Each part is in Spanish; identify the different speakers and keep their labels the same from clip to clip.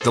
Speaker 1: The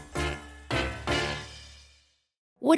Speaker 2: What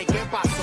Speaker 3: ¿y qué pasó?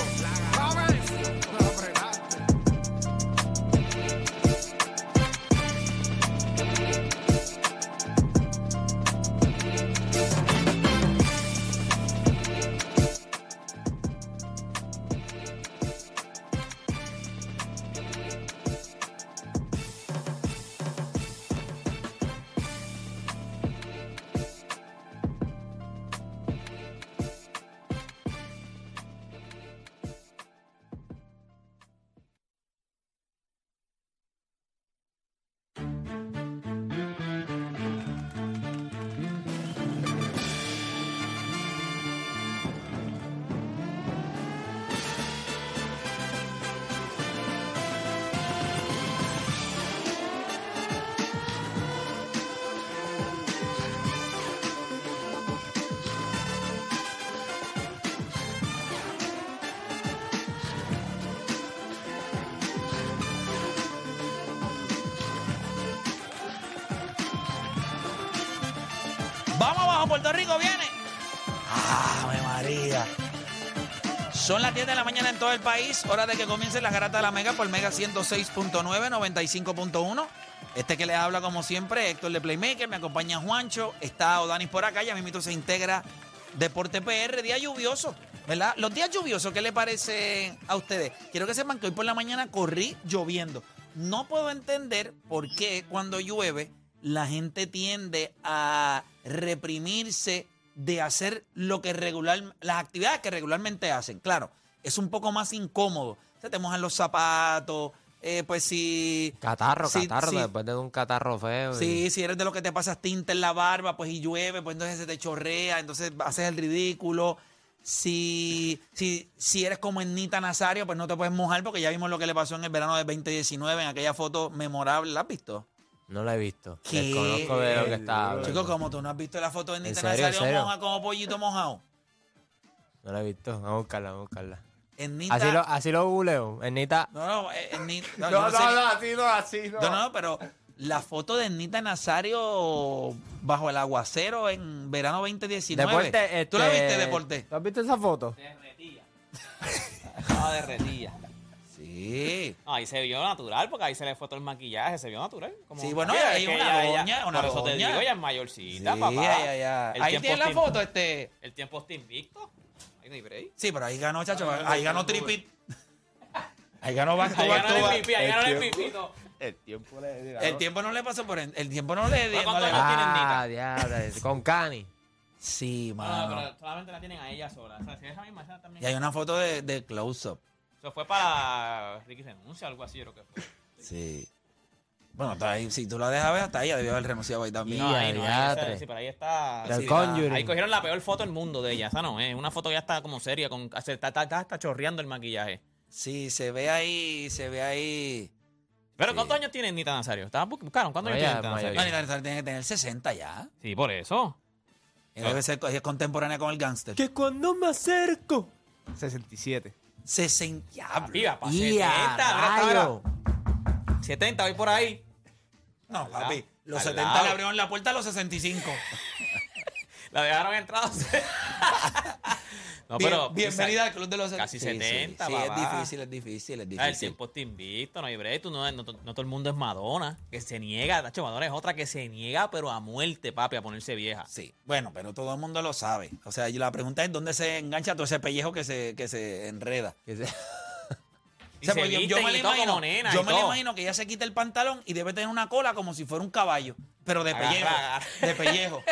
Speaker 4: Vamos abajo, Puerto Rico viene. ¡Ave María! Son las 10 de la mañana en todo el país, hora de que comiencen las garatas de la Mega por Mega 106.9, 95.1. Este que les habla, como siempre, Héctor de Playmaker, me acompaña Juancho, está Odanis por acá, ya mismito se integra Deporte PR, día lluvioso, ¿verdad? Los días lluviosos, ¿qué le parece a ustedes? Quiero que sepan que hoy por la mañana corrí lloviendo. No puedo entender por qué cuando llueve la gente tiende a reprimirse de hacer lo que regular, las actividades que regularmente hacen. Claro, es un poco más incómodo. Se te mojan los zapatos, eh, pues si...
Speaker 5: Catarro,
Speaker 4: si-
Speaker 5: catarro,
Speaker 4: si-
Speaker 5: después de un catarro feo. y-
Speaker 4: Sí, si eres de los que te pasas tinta en la barba, pues y llueve, pues entonces se te chorrea, entonces haces el ridículo. Si, si, si eres como Ennita Nazario, pues no te puedes mojar porque ya vimos lo que le pasó en el verano de 2019 en aquella foto memorable. ¿La has visto?
Speaker 5: No lo he visto.
Speaker 4: ¿Qué?
Speaker 5: Desconozco de lo que está hablando.
Speaker 4: Chicos, como tú no has visto la foto de Ennita
Speaker 5: ¿En serio, en
Speaker 4: Nazario
Speaker 5: serio?
Speaker 4: moja como pollito mojado.
Speaker 5: No lo he visto. Vamos a buscarla, vamos a buscarla.
Speaker 4: Ennita.
Speaker 5: Así lo, así lo googleo. Ernita.
Speaker 4: No, no, eh, Ennita. No, yo
Speaker 3: No,
Speaker 4: no sé
Speaker 3: no,
Speaker 4: ni-
Speaker 3: no, así no, así no.
Speaker 4: No, no, pero la foto de Ernita Nazario bajo el aguacero en verano 2019.
Speaker 5: Deporte,
Speaker 4: ¿Tú la
Speaker 5: este,
Speaker 4: viste, Deporte?
Speaker 5: ¿Tú has visto esa foto?
Speaker 6: Estaba derretida.
Speaker 4: Sí.
Speaker 6: No, ahí se vio natural, porque ahí se le fue todo el maquillaje, se vio natural. Como
Speaker 4: Sí, bueno,
Speaker 6: Mira,
Speaker 4: hay
Speaker 6: es que
Speaker 4: una doña, una
Speaker 6: Por eso te
Speaker 4: doña.
Speaker 6: digo, ella es mayorcita,
Speaker 4: Sí,
Speaker 6: papá.
Speaker 4: ya, ya.
Speaker 6: El
Speaker 4: Ahí
Speaker 6: tiempo
Speaker 4: tiene la
Speaker 6: está in-
Speaker 4: foto, este.
Speaker 6: El tiempo está invicto. Ahí no hay break.
Speaker 4: Sí, pero ahí ganó, chacho. Ahí ganó Tripit. Ahí ganó Back to
Speaker 6: Ahí
Speaker 4: Back
Speaker 6: ganó
Speaker 4: to
Speaker 6: el
Speaker 4: Back.
Speaker 6: MVP, ahí
Speaker 3: el
Speaker 6: ganó el
Speaker 3: tiempo.
Speaker 6: MVP. no.
Speaker 3: El tiempo le dirá,
Speaker 4: El
Speaker 3: ¿no?
Speaker 4: tiempo no le pasó por. en- El tiempo no le. No
Speaker 6: ¿Cuántos
Speaker 4: le
Speaker 6: años tiene
Speaker 5: Ah, diabla. Con Cani.
Speaker 4: sí,
Speaker 6: No, no,
Speaker 4: mano.
Speaker 6: pero solamente la tienen a ella sola. O sea, si es esa misma, esa
Speaker 4: Y
Speaker 6: también.
Speaker 4: hay una foto de, de close-up.
Speaker 6: Eso fue para Ricky Renuncia o algo así, yo creo que fue.
Speaker 4: Sí. Bueno, está ahí. Si tú la dejas ver, hasta ella debió haber renunciado ahí también.
Speaker 5: Ya,
Speaker 6: ahí no, ahí
Speaker 5: ya,
Speaker 6: esa-
Speaker 5: tres.
Speaker 6: sí, pero ahí está.
Speaker 5: Del
Speaker 4: sí,
Speaker 5: Conjuring.
Speaker 6: Ahí cogieron la peor foto del mundo de ella. Esa no es. Una foto que ya está como seria, con, está, está, está- está chorreando el maquillaje.
Speaker 4: Sí, se ve ahí, se ve ahí.
Speaker 6: Pero
Speaker 4: Sí.
Speaker 6: ¿cuántos años tiene Nita Nazario? Estaban bu- buscaron, ¿cuántos
Speaker 5: No,
Speaker 6: años tiene
Speaker 5: ella es
Speaker 6: Nita
Speaker 5: mayor.
Speaker 6: Nazario?
Speaker 4: Bueno, y la tiene que tener 60 ya.
Speaker 6: Sí, por eso.
Speaker 4: Ella debe ser ella es contemporánea con el gángster.
Speaker 5: Que cuando me acerco.
Speaker 3: 67.
Speaker 4: 60. diablo.
Speaker 6: Viva, pa' 70, ahora está,
Speaker 5: rayo.
Speaker 6: 70, voy por ahí.
Speaker 4: Ah, No,
Speaker 6: Al
Speaker 4: papi.
Speaker 6: lado.
Speaker 4: Los
Speaker 6: Al
Speaker 4: 70
Speaker 6: lado.
Speaker 4: le abrieron la puerta a los 65.
Speaker 6: La dejaron entrar. o sea. no,
Speaker 4: Bien-
Speaker 6: pero.
Speaker 4: bienvenida al club de los
Speaker 6: Casi
Speaker 4: Sí,
Speaker 6: 70,
Speaker 4: Sí, sí, es
Speaker 6: papá.
Speaker 4: difícil, es difícil, es
Speaker 6: o sea, el
Speaker 4: difícil.
Speaker 6: tiempo está invicto, no hay break, tú no, no- no todo el mundo es Madonna, que se niega, Nacho Madonna es otra que se niega, pero a muerte, papi, a ponerse vieja.
Speaker 4: Sí, bueno, pero todo el mundo lo sabe. O sea, y la pregunta es dónde se engancha todo ese pellejo que se, que se enreda.
Speaker 5: Que se-
Speaker 6: Y
Speaker 4: O sea, pues,
Speaker 6: se
Speaker 4: porque
Speaker 6: visten y todo como nena
Speaker 4: yo
Speaker 6: y
Speaker 4: me lo
Speaker 6: todo.
Speaker 4: imagino que ella se quita el pantalón y debe tener una cola como si fuera un caballo, pero de
Speaker 6: Agarra,
Speaker 4: pellejo.
Speaker 6: agarra.
Speaker 4: De pellejo.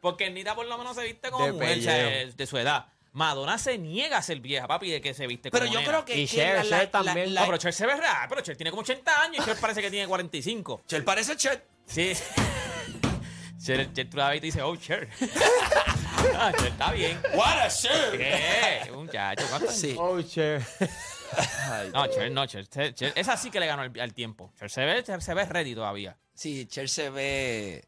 Speaker 6: Porque Nita por lo menos se viste como
Speaker 5: De
Speaker 6: mujer o sea,
Speaker 5: pellejo.
Speaker 6: de su edad. Madonna se niega a ser vieja, papi, de que se viste
Speaker 4: Pero
Speaker 6: como
Speaker 4: yo
Speaker 6: nena.
Speaker 4: creo que.
Speaker 5: Y
Speaker 4: que
Speaker 5: Cher, Cher también.
Speaker 6: No, pero Cher se ve rara, pero Cher tiene como 80 años y Cher parece que tiene 45.
Speaker 4: Cher parece Cher.
Speaker 6: Sí. Cher, Cher tú la ves y te dice, oh, Cher. Ah, Cher está bien.
Speaker 4: What a Cher.
Speaker 6: ¿Qué? Un chacho, ¿cuánto?
Speaker 4: Sí.
Speaker 5: Oh, Cher.
Speaker 6: No, Cher, no, Cher, Cher, Cher- Esa sí que le ganó el- al tiempo. Cher se ve, Cher se ve ready todavía.
Speaker 7: Sí, Cher se ve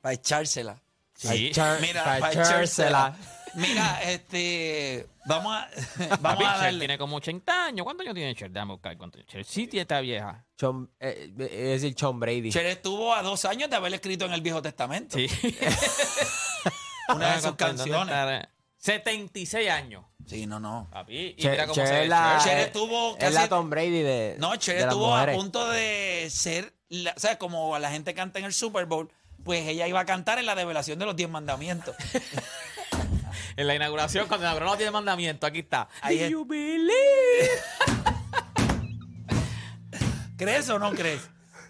Speaker 7: para echársela.
Speaker 6: Sí.
Speaker 4: Mira,
Speaker 5: para
Speaker 4: pa'
Speaker 5: echársela.
Speaker 4: Mira, este. Vamos a.
Speaker 6: Papi,
Speaker 4: Vamos a
Speaker 6: Cher
Speaker 4: darle.
Speaker 6: tiene como 80 años. ¿Cuántos años tiene Cher? Déjame buscar cuántos años. Cher sí tiene- está vieja.
Speaker 5: Chom- eh, eh, es decir, Chom Brady.
Speaker 4: Cher estuvo a dos años de haber escrito en el Viejo Testamento.
Speaker 6: Sí.
Speaker 4: Una de sus
Speaker 6: ¿Dónde
Speaker 4: canciones.
Speaker 6: está? 76 años,
Speaker 4: Sí, no, no.
Speaker 6: papi. Y
Speaker 5: Che-
Speaker 6: mira cómo
Speaker 5: Che
Speaker 6: se ve
Speaker 5: es la-
Speaker 6: Cher.
Speaker 4: Cher
Speaker 5: eh,
Speaker 4: estuvo
Speaker 5: Es
Speaker 4: casi.
Speaker 5: la Tom Brady de.
Speaker 4: No, Cher
Speaker 5: de las
Speaker 4: estuvo a
Speaker 5: mujeres.
Speaker 4: punto de ser. la- ¿Sabes? Como a la gente canta en el Super Bowl, pues ella iba a cantar en la develación de los Diez Mandamientos.
Speaker 6: En la inauguración, cuando inauguró no tiene mandamiento, aquí está.
Speaker 4: Ahí es.
Speaker 6: Do you believe?
Speaker 4: ¿Crees o no crees?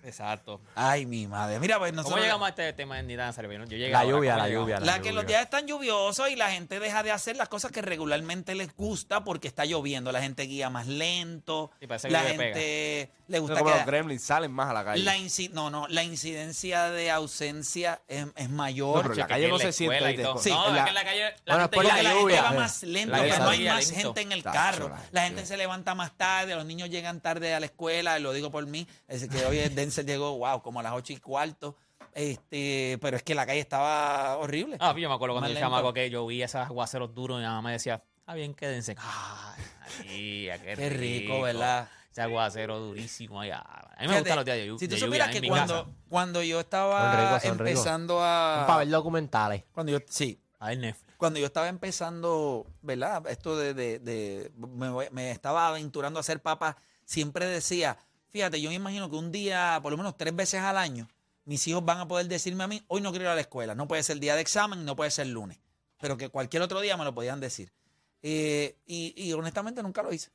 Speaker 6: Exacto.
Speaker 4: Ay, mi madre. Mira, pues
Speaker 6: ¿Cómo
Speaker 4: nosotros.
Speaker 6: llegamos a este tema de Nidana Cervino? Yo llegué
Speaker 5: La
Speaker 6: ahora,
Speaker 5: lluvia,
Speaker 6: ¿cómo
Speaker 5: la
Speaker 6: llegamos?
Speaker 5: lluvia.
Speaker 4: La que los días están lluviosos y la gente deja de hacer las cosas que regularmente les gusta porque está lloviendo. La gente guía más lento.
Speaker 6: Sí, parece que
Speaker 4: la
Speaker 6: le
Speaker 4: gente le gusta
Speaker 5: Como los
Speaker 4: que
Speaker 5: gremlins salen más a la calle.
Speaker 4: la inci- no, no, la incidencia de ausencia es, es
Speaker 5: No,
Speaker 4: mayor.
Speaker 5: pero en la
Speaker 6: Chica,
Speaker 5: calle
Speaker 6: aquí
Speaker 5: no
Speaker 6: en la
Speaker 5: se siente.
Speaker 6: escuela y
Speaker 5: ahí te-
Speaker 6: todo.
Speaker 4: este Sí,
Speaker 6: no,
Speaker 5: en
Speaker 6: es
Speaker 5: la-
Speaker 6: que en la calle la
Speaker 5: Bueno, es
Speaker 6: gente
Speaker 5: por
Speaker 4: Porque
Speaker 6: ya-
Speaker 4: la, gente
Speaker 5: lluvia.
Speaker 4: va más lento,
Speaker 6: La
Speaker 4: porque no
Speaker 6: lluvia
Speaker 4: hay más
Speaker 6: lento.
Speaker 4: gente en el
Speaker 5: Tacho,
Speaker 4: carro.
Speaker 5: la
Speaker 4: La
Speaker 5: lluvia.
Speaker 4: gente se levanta más tarde, los niños llegan tarde a la escuela, lo digo por mí. Es que hoy Denzel llegó, wow, como a las ocho y cuarto. Este, pero es que la calle estaba horrible.
Speaker 6: Ah, yo me acuerdo
Speaker 4: Más
Speaker 6: cuando yo
Speaker 4: lento.
Speaker 6: chamaco que yo vi esos aguaceros duros y mi mamá me decía, está bien, quédense. Ah, María, qué,
Speaker 4: Qué rico, ¿verdad?
Speaker 6: Ese aguacero durísimo allá. A mí me
Speaker 4: Fíjate,
Speaker 6: gustan los días de llu-
Speaker 4: Si tú
Speaker 6: de
Speaker 4: supieras
Speaker 6: lluvia
Speaker 4: que
Speaker 6: en mi
Speaker 4: cuando,
Speaker 6: casa.
Speaker 4: cuando yo
Speaker 5: Son
Speaker 4: estaba
Speaker 5: ricos, son ricos.
Speaker 4: empezando a.
Speaker 5: Para ver documentales.
Speaker 4: Cuando yo, sí,
Speaker 6: A ver, Netflix.
Speaker 4: cuando yo estaba empezando, ¿verdad? Esto de, de- de- me, voy- me estaba aventurando a ser papa, siempre decía, fíjate, yo me imagino que un día, por lo menos tres veces al año, mis hijos van a poder decirme a mí, hoy no quiero ir a la escuela, no puede ser día de examen, no puede ser lunes, pero que cualquier otro día me lo podían decir. Eh, y, y honestamente nunca lo hice.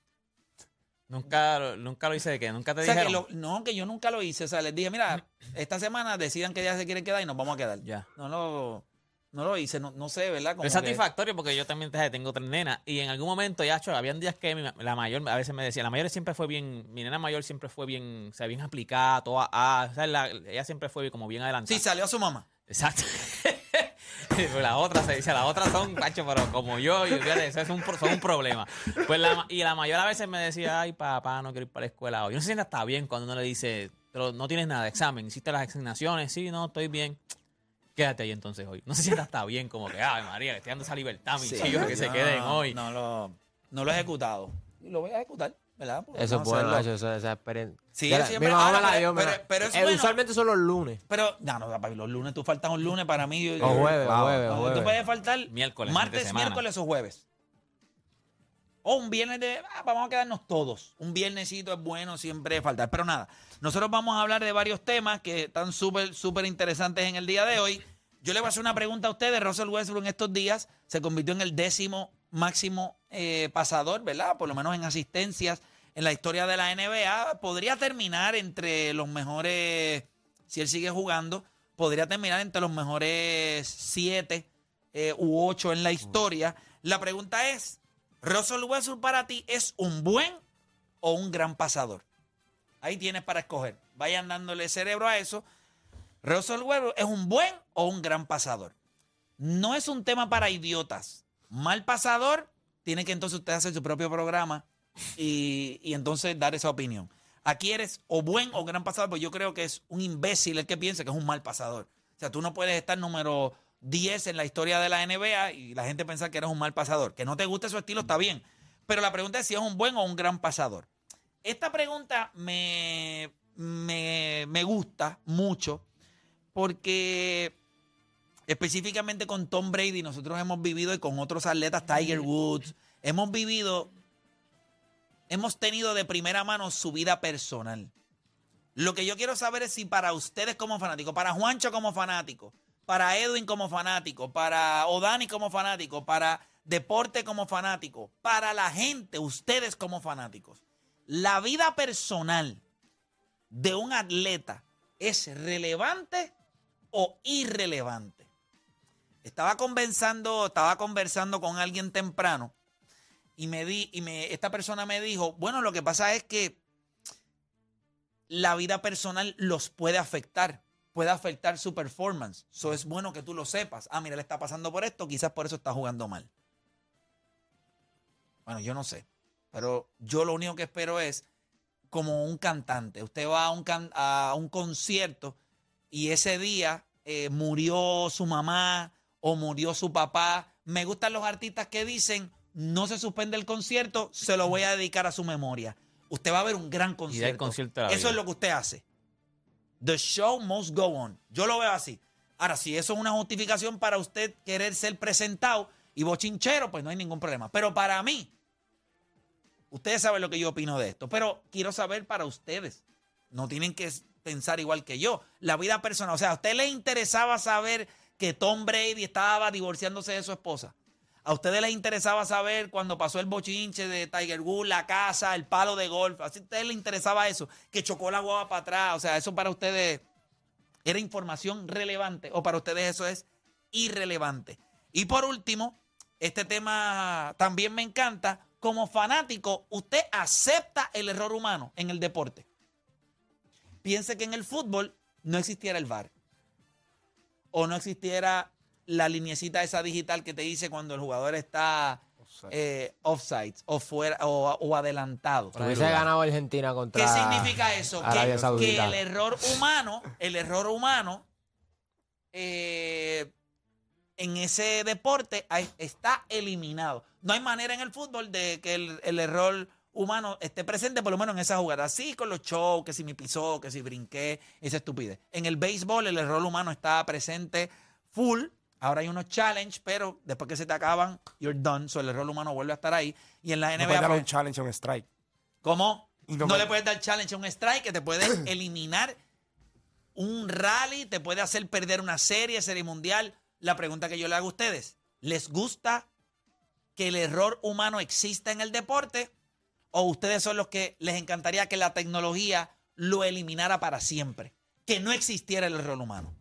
Speaker 6: Nunca, lo- nunca lo hice de que nunca te
Speaker 4: O sea, que
Speaker 6: dijeron.
Speaker 4: lo- no, que yo nunca lo hice. O sea, les dije, mira, esta semana decidan qué día se quieren quedar y nos vamos a quedar.
Speaker 6: Ya.
Speaker 4: No lo, no lo hice, no, no sé, ¿verdad? Como
Speaker 6: Pero es
Speaker 4: que-
Speaker 6: satisfactorio porque yo también ¿sabes? tengo tres nenas y en algún momento ya, cho, habían días que mi ma- la mayor a veces me decía, la mayor siempre fue bien, mi nena mayor siempre fue bien, o sea, bien aplicada, toda, ah, o sea, la- ella siempre fue como bien adelantada.
Speaker 4: Sí, salió a su mamá.
Speaker 6: Exacto. Pero las otras se dice, las otras son, macho, pero como yo, y fíjate, eso es un, pro- son un problema. Pues la ma- y la mayor a veces me decía, ay, papá, no quiero ir para la escuela hoy. Yo no sé si está bien cuando uno le dice, pero no tienes nada de examen, hiciste las asignaciones, sí, no, estoy bien. Quédate ahí entonces hoy. No sé si está bien, como que, ay, María, le estoy dando esa libertad a mis hijos que se
Speaker 4: No,
Speaker 6: queden hoy.
Speaker 4: No lo, no lo he ejecutado. Y Lo voy a ejecutar, ¿verdad? Porque
Speaker 5: Eso es
Speaker 4: vamos a
Speaker 5: bueno,
Speaker 4: hacerlo.
Speaker 5: Nacho, eso- esa experiencia.
Speaker 4: Sí,
Speaker 5: Ya la-
Speaker 4: siempre-
Speaker 5: mi mamá
Speaker 4: ahora,
Speaker 5: me la
Speaker 4: pero-
Speaker 5: dio, me la-
Speaker 4: pero- pero es
Speaker 5: Eh,
Speaker 4: bueno.
Speaker 5: Usualmente son los lunes.
Speaker 4: Pero, no, no, papi, los lunes tú faltas un lunes para mí. yo-
Speaker 5: O jueves, o
Speaker 4: Wow.
Speaker 5: jueves, o
Speaker 4: Tú
Speaker 5: jueves.
Speaker 4: puedes faltar
Speaker 6: Miércoles, fin de
Speaker 4: martes,
Speaker 6: semana.
Speaker 4: miércoles o jueves. O un viernes de, ah, vamos a quedarnos todos. Un viernesito es bueno siempre faltar. Pero nada, nosotros vamos a hablar de varios temas que están súper, súper interesantes en el día de hoy. Yo le voy a hacer una pregunta a ustedes. Russell Westbrook en estos días se convirtió en el décimo máximo eh, pasador, ¿verdad? Por lo menos en asistencias en la historia de la NBA. Podría terminar entre los mejores, si él sigue jugando, podría terminar entre los mejores siete eh, u ocho en la historia. La pregunta es, ¿Russell Westbrook para ti es un buen o un gran pasador? Ahí tienes para escoger. Vayan dándole cerebro a eso. Russell Westbrook es un buen o un gran pasador. No es un tema para idiotas. Mal pasador, tiene que entonces usted hacer su propio programa y, y entonces dar esa opinión. Aquí eres o buen o gran pasador, pues yo creo que es un imbécil el que piensa que es un mal pasador. O sea, tú no puedes estar número 10 en la historia de la NBA y la gente pensar que eres un mal pasador. Que no te guste su estilo está bien, pero la pregunta es si es un buen o un gran pasador. Esta pregunta me, me, me gusta mucho porque específicamente con Tom Brady nosotros hemos vivido y con otros atletas, Tiger Woods, hemos vivido hemos tenido de primera mano su vida personal. Lo que yo quiero saber es si para ustedes como fanáticos, para Juancho como fanático, para Edwin como fanático, para Odani como fanático, para Deporte como fanático, para la gente, ustedes como fanáticos, la vida personal de un atleta es relevante o irrelevante. Estaba conversando, estaba conversando con alguien temprano y me di y me esta persona me dijo, "Bueno, lo que pasa es que la vida personal los puede afectar, puede afectar su performance. Eso es bueno que tú lo sepas. Ah, mira, le está pasando por esto, quizás por eso está jugando mal." Bueno, yo no sé, pero yo lo único que espero es como un cantante. Usted va a un, can- a un concierto y ese día eh, murió su mamá o murió su papá. Me gustan los artistas que dicen, no se suspende el concierto, se lo voy a dedicar a su memoria. Usted va a ver un gran concierto.
Speaker 6: concierto a la
Speaker 4: eso
Speaker 6: vida.
Speaker 4: es lo que usted hace. The show must go on. Yo lo veo así. Ahora, si eso es una justificación para usted querer ser presentado y bochinchero, pues no hay ningún problema. Pero para mí, ustedes saben lo que yo opino de esto, pero quiero saber para ustedes. No tienen que s- pensar igual que yo. La vida personal. O sea, ¿a usted le interesaba saber que Tom Brady estaba divorciándose de su esposa? ¿A ustedes les interesaba saber cuando pasó el bochinche de Tiger Woods, la casa, el palo de golf? ¿A ustedes les interesaba eso? Que chocó la guava para atrás. O sea, eso para ustedes era información relevante o para ustedes eso es irrelevante. Y por último, este tema también me encanta. Como fanático, usted acepta el error humano en el deporte. Piense que en el fútbol no existiera el VAR o no existiera la liniecita esa digital que te dice cuando el jugador está eh, offside o fuera o, o adelantado.
Speaker 5: Se hubiese ganado Argentina contra.
Speaker 4: ¿Qué significa eso?
Speaker 5: Arabia
Speaker 4: Que, que
Speaker 5: Saudita.
Speaker 4: el error humano, el error humano eh, en ese deporte hay- está eliminado. No hay manera en el fútbol de que el, el error humano esté presente, por lo menos en esa jugada. Así con los shows, que si me pisó, que si brinqué, esa estupidez. En el béisbol el error humano está presente full. Ahora hay unos challenge, pero después que se te acaban, you're done. So el error humano vuelve a estar ahí. Y en la
Speaker 8: No
Speaker 4: NBA.
Speaker 8: puedes dar
Speaker 4: pues,
Speaker 8: un challenge a un strike.
Speaker 4: ¿Cómo?
Speaker 8: Y
Speaker 4: No,
Speaker 8: no
Speaker 4: le
Speaker 8: puede-
Speaker 4: puedes dar challenge a un strike que te puede eliminar un rally, te puede hacer perder una serie, serie mundial. La pregunta que yo le hago a ustedes, ¿les gusta que el error humano exista en el deporte? ¿O ustedes son los que les encantaría que la tecnología lo eliminara para siempre? Que no existiera el error humano.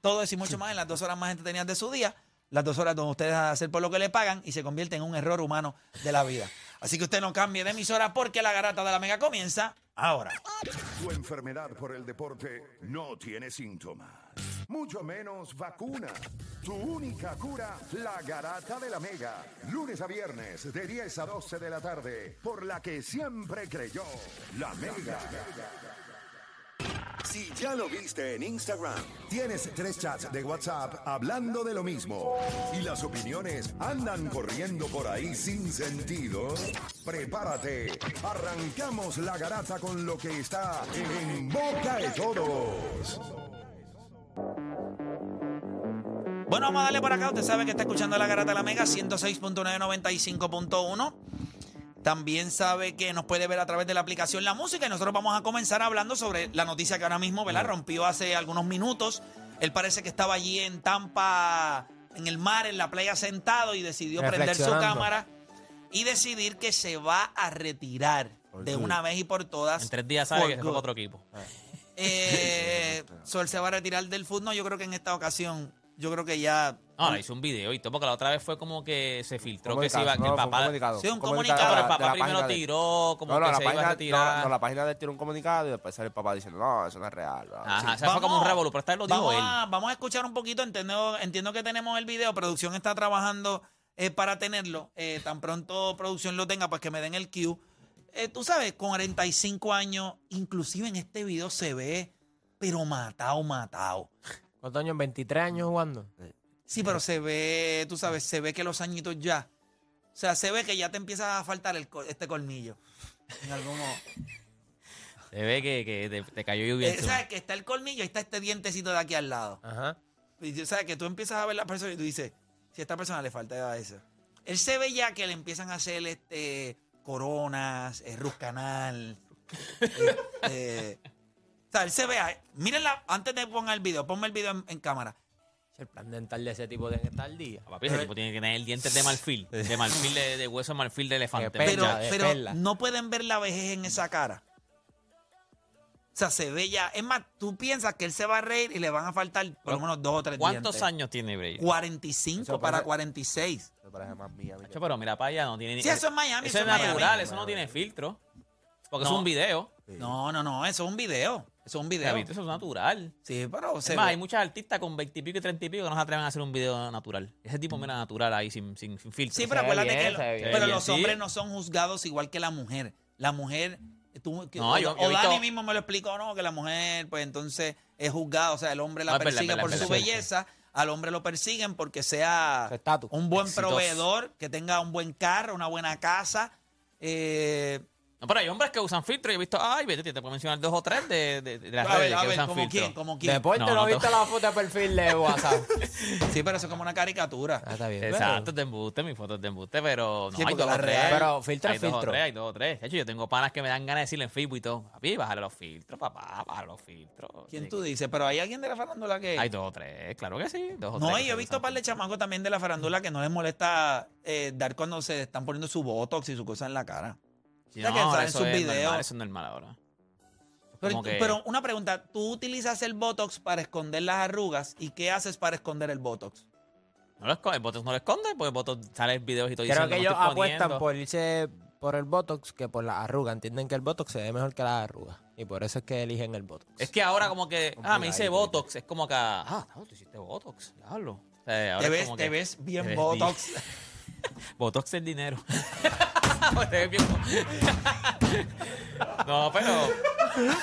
Speaker 4: Todo eso y mucho más en las dos horas más entretenidas de su día, las dos horas donde ustedes hacen por lo que le pagan y se convierte en un error humano de la vida. Así que usted no cambie de emisora porque la garata de la mega comienza ahora.
Speaker 9: Tu enfermedad por el deporte no tiene síntomas, mucho menos vacuna. Tu única cura, la garata de la mega. Lunes a viernes de 10 a 12 de la tarde, por la que siempre creyó, la mega. Si ya lo viste en Instagram, tienes tres chats de WhatsApp hablando de lo mismo y las opiniones andan corriendo por ahí sin sentido, prepárate. Arrancamos la garata con lo que está en boca de todos.
Speaker 4: Bueno, vamos a darle por acá. Usted sabe que está escuchando la garata de la mega 106.995.1. También sabe que nos puede ver a través de la aplicación La Música y nosotros vamos a comenzar hablando sobre la noticia que ahora mismo, ¿verdad? Rompió hace algunos minutos. Él parece que estaba allí en Tampa, en el mar, en la playa sentado y decidió prender su
Speaker 5: Reflexionando.
Speaker 4: cámara y decidir que se va a retirar de una vez y por todas.
Speaker 6: En tres días sabe
Speaker 4: For
Speaker 6: que se fue
Speaker 4: good.
Speaker 6: para otro equipo.
Speaker 4: Eh, Sol se va a retirar del fútbol. No, yo creo que en esta ocasión, yo creo que ya.
Speaker 6: No, le hizo un video y todo, porque la otra vez fue como que se filtró que se
Speaker 5: Comunicado,
Speaker 6: iba, que
Speaker 5: no,
Speaker 6: el
Speaker 5: fue un
Speaker 6: papá.
Speaker 5: comunicado,
Speaker 4: Sí, un
Speaker 6: Ah,
Speaker 4: comunicado,
Speaker 6: pero el
Speaker 5: de la- de
Speaker 6: papá
Speaker 5: la
Speaker 6: primero
Speaker 5: página de-
Speaker 6: tiró, como
Speaker 5: No, no,
Speaker 6: que
Speaker 5: la
Speaker 6: se iba a
Speaker 5: página,
Speaker 6: retirar.
Speaker 5: no, no, la página de él tiró un comunicado y después sale el papá diciendo, no, eso no es real. bla, bla".
Speaker 6: Ajá, o sea, fue como un revolú, pero esta vez lo dijo
Speaker 4: vamos
Speaker 6: él.
Speaker 4: A, vamos a escuchar un poquito. Entiendo, entiendo que tenemos el video. Producción está trabajando eh, para tenerlo. Eh, tan pronto producción lo tenga, pues que me den el cue. Eh, tú sabes, con 45 años, inclusive en este video se ve, pero matado, matado.
Speaker 5: ¿Cuántos años? ¿23 años jugando?
Speaker 4: Sí, pero se ve, tú sabes, se ve que los añitos ya. O sea, se ve que ya te empieza a faltar el col- este colmillo. En algún modo.
Speaker 6: Se ve que, que te, te cayó lluvia
Speaker 4: Eh,
Speaker 6: encima.
Speaker 4: ¿Sabes que está el colmillo? y Está este dientecito de aquí al lado.
Speaker 5: Ajá.
Speaker 4: Y tú sabes que tú empiezas a ver la persona y tú dices, si a esta persona le falta eso. Él se ve ya que le empiezan a hacer este coronas, eh, ruscanal. este, o sea, él se ve, a- mírenla, antes de poner el video, ponme el video en, en cámara.
Speaker 5: El plan dental de ese tipo tiene que estar al día.
Speaker 6: Papi, ese tipo tiene que tener dientes de marfil, de marfil de, de hueso,
Speaker 4: eh,
Speaker 6: marfil de elefante.
Speaker 5: Qué pena.
Speaker 4: Pero,
Speaker 5: de
Speaker 4: pero
Speaker 5: perla.
Speaker 4: no pueden ver la vejez en esa cara. sea, se ve ya. Es más, tú piensas que él se va a reír y le van a faltar por lo menos dos o tres
Speaker 6: ¿Cuántos
Speaker 4: dientes.
Speaker 6: años tiene Brady?
Speaker 4: 45
Speaker 5: Eso
Speaker 4: para
Speaker 5: parece-
Speaker 4: 46.
Speaker 5: Me parece más mía. mi
Speaker 6: Chacho, pero mira para allá, no tiene ni.
Speaker 4: Sí, eso es Miami,
Speaker 6: eh, Eso
Speaker 4: eso
Speaker 6: es
Speaker 4: es Miami.
Speaker 6: natural, eso no tiene filtro. Porque
Speaker 4: No.
Speaker 6: es un video.
Speaker 4: No, no, no, eso es un video. Eso es un video.
Speaker 6: Gabito, eso es natural.
Speaker 4: Sí, pero se
Speaker 6: Es más,
Speaker 4: ve-
Speaker 6: hay muchas artistas con 20 y pico y 30 y pico que no se atreven a hacer un video natural. Ese tipo mira natural ahí sin, sin, sin filtro.
Speaker 4: Sí, pero
Speaker 8: Se ve
Speaker 4: acuérdate
Speaker 8: bien,
Speaker 4: que
Speaker 8: se ve bien.
Speaker 4: pero
Speaker 6: Sí,
Speaker 4: los
Speaker 6: sí.
Speaker 4: hombres no son juzgados igual que la mujer. La mujer, tú, que-
Speaker 6: No,
Speaker 4: o,
Speaker 6: yo- yo
Speaker 4: o
Speaker 6: he visto-
Speaker 4: Dani mismo me lo explicó, no, que la mujer, pues entonces es juzgada, o sea, el hombre la
Speaker 6: No, Ah, es verdad,
Speaker 4: persigue
Speaker 6: es verdad,
Speaker 4: por
Speaker 6: es
Speaker 4: su
Speaker 6: verdad, sí,
Speaker 4: belleza, al hombre lo persiguen porque sea
Speaker 8: Su estatus.
Speaker 4: un buen
Speaker 6: Exitoso.
Speaker 4: proveedor, que tenga un buen carro, una buena casa. eh,
Speaker 6: No, pero hay hombres que usan filtro. Yo he visto, ay, vete, te puedo mencionar dos o tres de, de, de las
Speaker 4: a ver,
Speaker 6: redes
Speaker 4: a
Speaker 6: que
Speaker 4: ver,
Speaker 6: usan
Speaker 4: como
Speaker 6: filtro.
Speaker 4: quién, como quién.
Speaker 8: Deporte,
Speaker 6: No,
Speaker 8: no,
Speaker 6: no te-
Speaker 8: viste la foto de perfil de WhatsApp.
Speaker 4: Sí, pero eso es como una caricatura.
Speaker 8: Ah, está bien. pero-
Speaker 6: Exacto, te embuste, mis fotos de embuste, pero no
Speaker 4: Sí,
Speaker 6: hay
Speaker 4: porque
Speaker 6: dos o
Speaker 4: la
Speaker 6: tres.
Speaker 4: real-
Speaker 8: pero filtro
Speaker 6: hay
Speaker 8: es
Speaker 6: dos o
Speaker 8: filtro.
Speaker 6: tres, hay dos o tres. De hecho, yo tengo panas que me dan ganas de decirle en Facebook y todo. Papi, bájale los filtros, papá, bájale los filtros.
Speaker 4: ¿Quién
Speaker 6: Sí.
Speaker 4: tú dices? Pero hay alguien de la farándula que...
Speaker 6: Hay dos o tres, claro que sí. Dos o
Speaker 4: No,
Speaker 6: tres
Speaker 4: y
Speaker 6: que
Speaker 4: yo he
Speaker 6: se
Speaker 4: visto
Speaker 6: usan
Speaker 4: un par de chamacos también de la farándula que no les molesta eh, dar cuando se están poniendo su botox y su cosa en la cara.
Speaker 6: Sí,
Speaker 4: O sea, que
Speaker 6: ahora
Speaker 4: salen
Speaker 6: eso
Speaker 4: sus
Speaker 6: es
Speaker 4: videos.
Speaker 6: normal, eso es normal ahora.
Speaker 4: Pero,
Speaker 6: Como que-
Speaker 4: pero una pregunta, ¿tú utilizas el botox para esconder las arrugas y qué haces para esconder el botox?
Speaker 6: No lo esconde, el Botox no lo esconde, porque el Botox sale en videos y todo
Speaker 8: Creo
Speaker 6: diciendo,
Speaker 8: que
Speaker 6: "Me
Speaker 8: ellos
Speaker 6: estoy
Speaker 8: apuestan
Speaker 6: poniendo".
Speaker 8: por irse por el Botox que por la arruga. Entienden que el Botox se ve mejor que la arruga. Y por eso es que eligen el Botox.
Speaker 6: Es que ahora como que, ah, me hice
Speaker 8: Complicadito.
Speaker 6: Botox, es como que, ah, no, tú hiciste Botox, diablo. O sea, ahora
Speaker 4: Te
Speaker 6: es
Speaker 4: ves,
Speaker 6: como
Speaker 4: te
Speaker 6: que-
Speaker 4: ves bien
Speaker 6: te ves
Speaker 4: botox.
Speaker 6: Botox es dinero. Pues te ves bien- no, pero...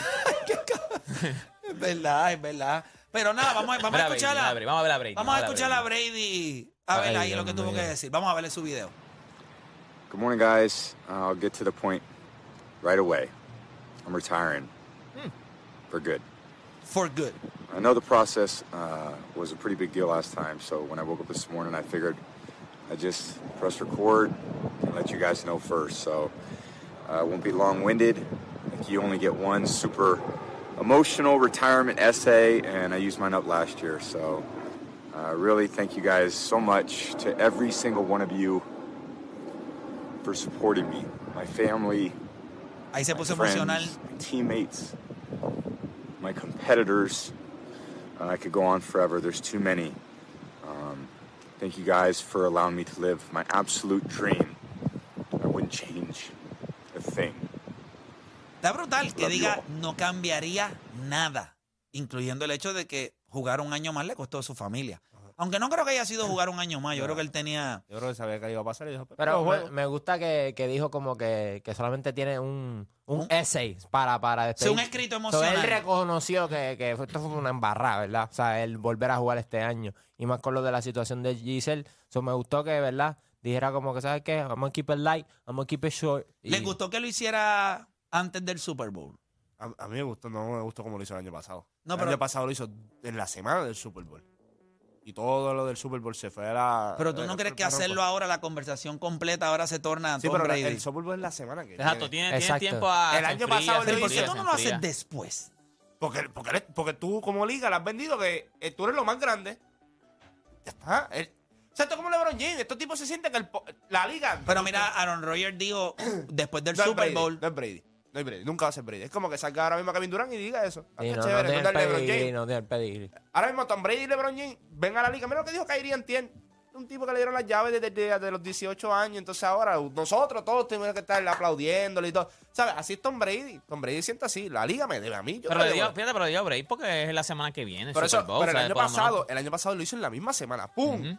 Speaker 4: es verdad, es verdad. Pero nada, vamos, a- vamos
Speaker 6: Mira,
Speaker 4: a escucharla.
Speaker 6: Brady, mira, Brady, Vamos a ver a Brady.
Speaker 4: Vamos a escuchar a
Speaker 6: Brady.
Speaker 4: Brady. A ver
Speaker 8: Ay,
Speaker 4: ahí
Speaker 8: Dios
Speaker 4: lo que tuvo
Speaker 8: mío.
Speaker 4: que decir. Vamos a verle su video.
Speaker 10: Good morning, guys. Uh, I'll get to the point right away. I'm retiring
Speaker 6: Hmm.
Speaker 10: for good.
Speaker 4: For good.
Speaker 10: I know the process uh, was a pretty big deal last time, so when I woke up this morning, I figured I just press record and let you guys know first. So I won't be long winded. Like you only get one super emotional retirement essay, and I used mine up last year. So uh, really, thank you guys so much to every single one of you for supporting me, my family,
Speaker 4: Ahí se
Speaker 10: my
Speaker 4: puso
Speaker 10: friends,
Speaker 4: emocional.
Speaker 10: my teammates, my competitors. Uh, I could go on forever. There's too many. Um, thank you guys for allowing me to live my absolute dream. I wouldn't change a thing.
Speaker 4: Está brutal que
Speaker 10: Love you
Speaker 4: diga
Speaker 10: all.
Speaker 4: no cambiaría nada, incluyendo el hecho de que jugar un año más le costó a su familia. Aunque no creo que haya sido jugar un año más, yo creo que él tenía...
Speaker 5: Yo creo que sabía que iba a pasar y dijo,
Speaker 8: Pero
Speaker 5: "Pero
Speaker 8: me,
Speaker 5: juego".
Speaker 8: me gusta que, que dijo como que, que solamente tiene un, un essay para, para
Speaker 4: Sí,
Speaker 8: despedir.
Speaker 4: un escrito
Speaker 8: So,
Speaker 4: emocional.
Speaker 8: él reconoció que, que fue- esto fue una embarrada, ¿verdad? O sea, él volver a jugar este año. Y más con lo de la situación de Giselle. So, me gustó que, ¿verdad? Dijera como que, ¿sabes qué? I'm gonna keep it light, I'm gonna keep it short. Y-
Speaker 4: ¿Les gustó que lo hiciera antes del Super Bowl?
Speaker 5: A, a mí me gustó, no me gustó como lo hizo el año pasado.
Speaker 4: No,
Speaker 5: el
Speaker 4: pero-
Speaker 5: año pasado lo hizo en la semana del Super Bowl. Y todo lo del Super Bowl se fue a la.
Speaker 4: Pero tú
Speaker 5: eh,
Speaker 4: no crees que
Speaker 5: por- por-
Speaker 4: hacerlo ahora, la conversación completa ahora se torna a
Speaker 5: Sí,
Speaker 4: Tom
Speaker 5: pero la-
Speaker 4: Brady.
Speaker 5: el Super Bowl es la semana que.
Speaker 6: Exacto,
Speaker 5: viene.
Speaker 6: tienes, tienes
Speaker 8: Exacto.
Speaker 6: tiempo a... se
Speaker 5: El año
Speaker 6: enfría,
Speaker 5: pasado
Speaker 6: se
Speaker 5: le
Speaker 4: ¿Pero por
Speaker 5: hizo-
Speaker 4: qué
Speaker 6: enfría,
Speaker 4: tú no
Speaker 6: se
Speaker 4: lo haces
Speaker 6: enfría.
Speaker 4: después?
Speaker 5: Porque, porque, eres- porque tú, como liga, la has vendido que eh, tú eres lo más grande. Ya está. El- o sea, esto es como LeBron James. Estos tipos se sienten que el po- la liga.
Speaker 4: Pero mira, Aaron Rodgers dijo después del
Speaker 5: no es
Speaker 4: Super
Speaker 5: Brady,
Speaker 4: Bowl.
Speaker 5: No es Brady. No es Brady. Nunca va a ser Brady. Es como que salga ahora mismo Kevin Durant y diga eso. Ah,
Speaker 8: Sí,
Speaker 5: qué
Speaker 8: no,
Speaker 5: chévere,
Speaker 8: no
Speaker 5: no
Speaker 8: tiene
Speaker 5: es del LeBron
Speaker 8: pedigrí,
Speaker 5: James.
Speaker 8: no tiene el pedigrí.
Speaker 5: Ahora mismo Tom Brady y LeBron James ven a la liga. Mira lo que dijo Kyrie Antien. Un tipo que le dieron las llaves desde, desde- desde los 18 años. Entonces ahora nosotros todos tenemos que estar aplaudiéndole y todo. ¿Sabes? Así es Tom Brady. Tom Brady siente así. La liga me debe a mí. Yo
Speaker 6: Pero
Speaker 5: te
Speaker 6: le
Speaker 5: debo.
Speaker 6: digo, fíjate, pero le digo break porque es la semana que viene. el
Speaker 5: Pero, eso,
Speaker 6: Super Bowl,
Speaker 5: pero el
Speaker 6: ¿sabes?
Speaker 5: año
Speaker 6: Por lo menos-
Speaker 5: pasado, el año pasado lo hizo en la misma semana. ¡Pum!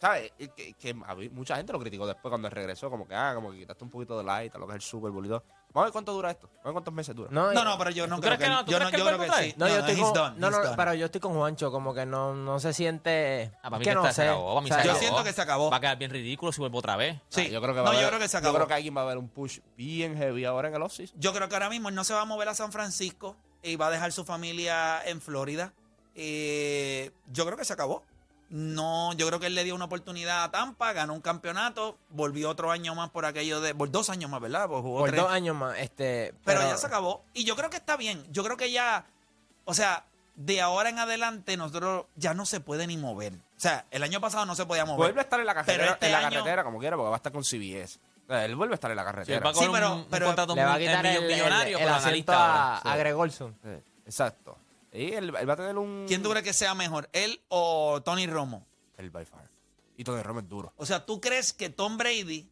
Speaker 5: ¿Sabes? Y Que, que a mí- mucha gente lo criticó después cuando regresó, como que, ah, como que quitaste un poquito de light a lo que es el Super Bowl y todo. Vamos a ver cuánto dura esto. Vamos a ver cuántos meses dura.
Speaker 8: y-
Speaker 4: No, no, pero yo no
Speaker 6: ¿Tú
Speaker 4: creo
Speaker 6: crees
Speaker 4: que,
Speaker 6: que no? ¿Tú
Speaker 4: yo
Speaker 6: crees que
Speaker 4: yo
Speaker 6: él
Speaker 4: creo que
Speaker 6: vuelve
Speaker 4: sí.
Speaker 6: otra
Speaker 8: No, yo estoy
Speaker 4: he's
Speaker 8: con,
Speaker 4: done,
Speaker 8: no,
Speaker 4: he's
Speaker 8: no,
Speaker 4: done.
Speaker 8: pero yo estoy con Juancho, como que no, no se siente.
Speaker 6: Ah, para mí
Speaker 8: que
Speaker 6: que
Speaker 8: no
Speaker 6: está- se
Speaker 8: sé.
Speaker 6: acabó, para mí
Speaker 8: O sea,
Speaker 6: se
Speaker 4: yo
Speaker 6: acabó.
Speaker 4: siento que se acabó.
Speaker 6: Va a quedar bien ridículo si vuelvo otra vez.
Speaker 4: Sí.
Speaker 5: Ah, yo creo que va
Speaker 4: no,
Speaker 5: a
Speaker 4: yo
Speaker 5: haber-
Speaker 4: creo que se acabó.
Speaker 5: Yo creo que alguien va a haber un push bien heavy ahora en el offseason.
Speaker 4: Yo creo que ahora mismo él no se va a mover a San Francisco y va a dejar su familia en Florida. Eh, yo creo que se acabó. No, yo creo que él le dio una oportunidad a Tampa, ganó un campeonato, volvió otro año más por aquello de. Por dos años más, ¿verdad? Pues jugó
Speaker 8: Por
Speaker 4: tres.
Speaker 8: dos años más. Este,
Speaker 4: pero, ya se acabó. Y yo creo que está bien. Yo creo que ya. O sea, de ahora en adelante nosotros ya no se puede ni mover. O sea, el año pasado no se podía mover.
Speaker 5: Vuelve a estar en la
Speaker 4: Pero
Speaker 5: carretera,
Speaker 4: este
Speaker 5: en la
Speaker 4: año-
Speaker 5: carretera como quiera, porque va a estar con CBS. Él vuelve a estar en la carretera.
Speaker 6: va a coger
Speaker 4: Sí, pero-
Speaker 6: un, un
Speaker 4: pero-
Speaker 6: contrato
Speaker 8: Le va a
Speaker 6: muy- eh,
Speaker 8: quitar el, el,
Speaker 6: millonario
Speaker 8: el
Speaker 6: por
Speaker 8: asiento
Speaker 6: analista
Speaker 8: a,
Speaker 6: ahora.
Speaker 8: a Gregorson.
Speaker 5: Sí, Exacto. Y él, él va a tener un.
Speaker 4: ¿Quién tú crees que sea mejor, él o Tony Romo?
Speaker 5: El by far. Y Tony Romo es duro.
Speaker 4: O sea, ¿tú crees que Tom Brady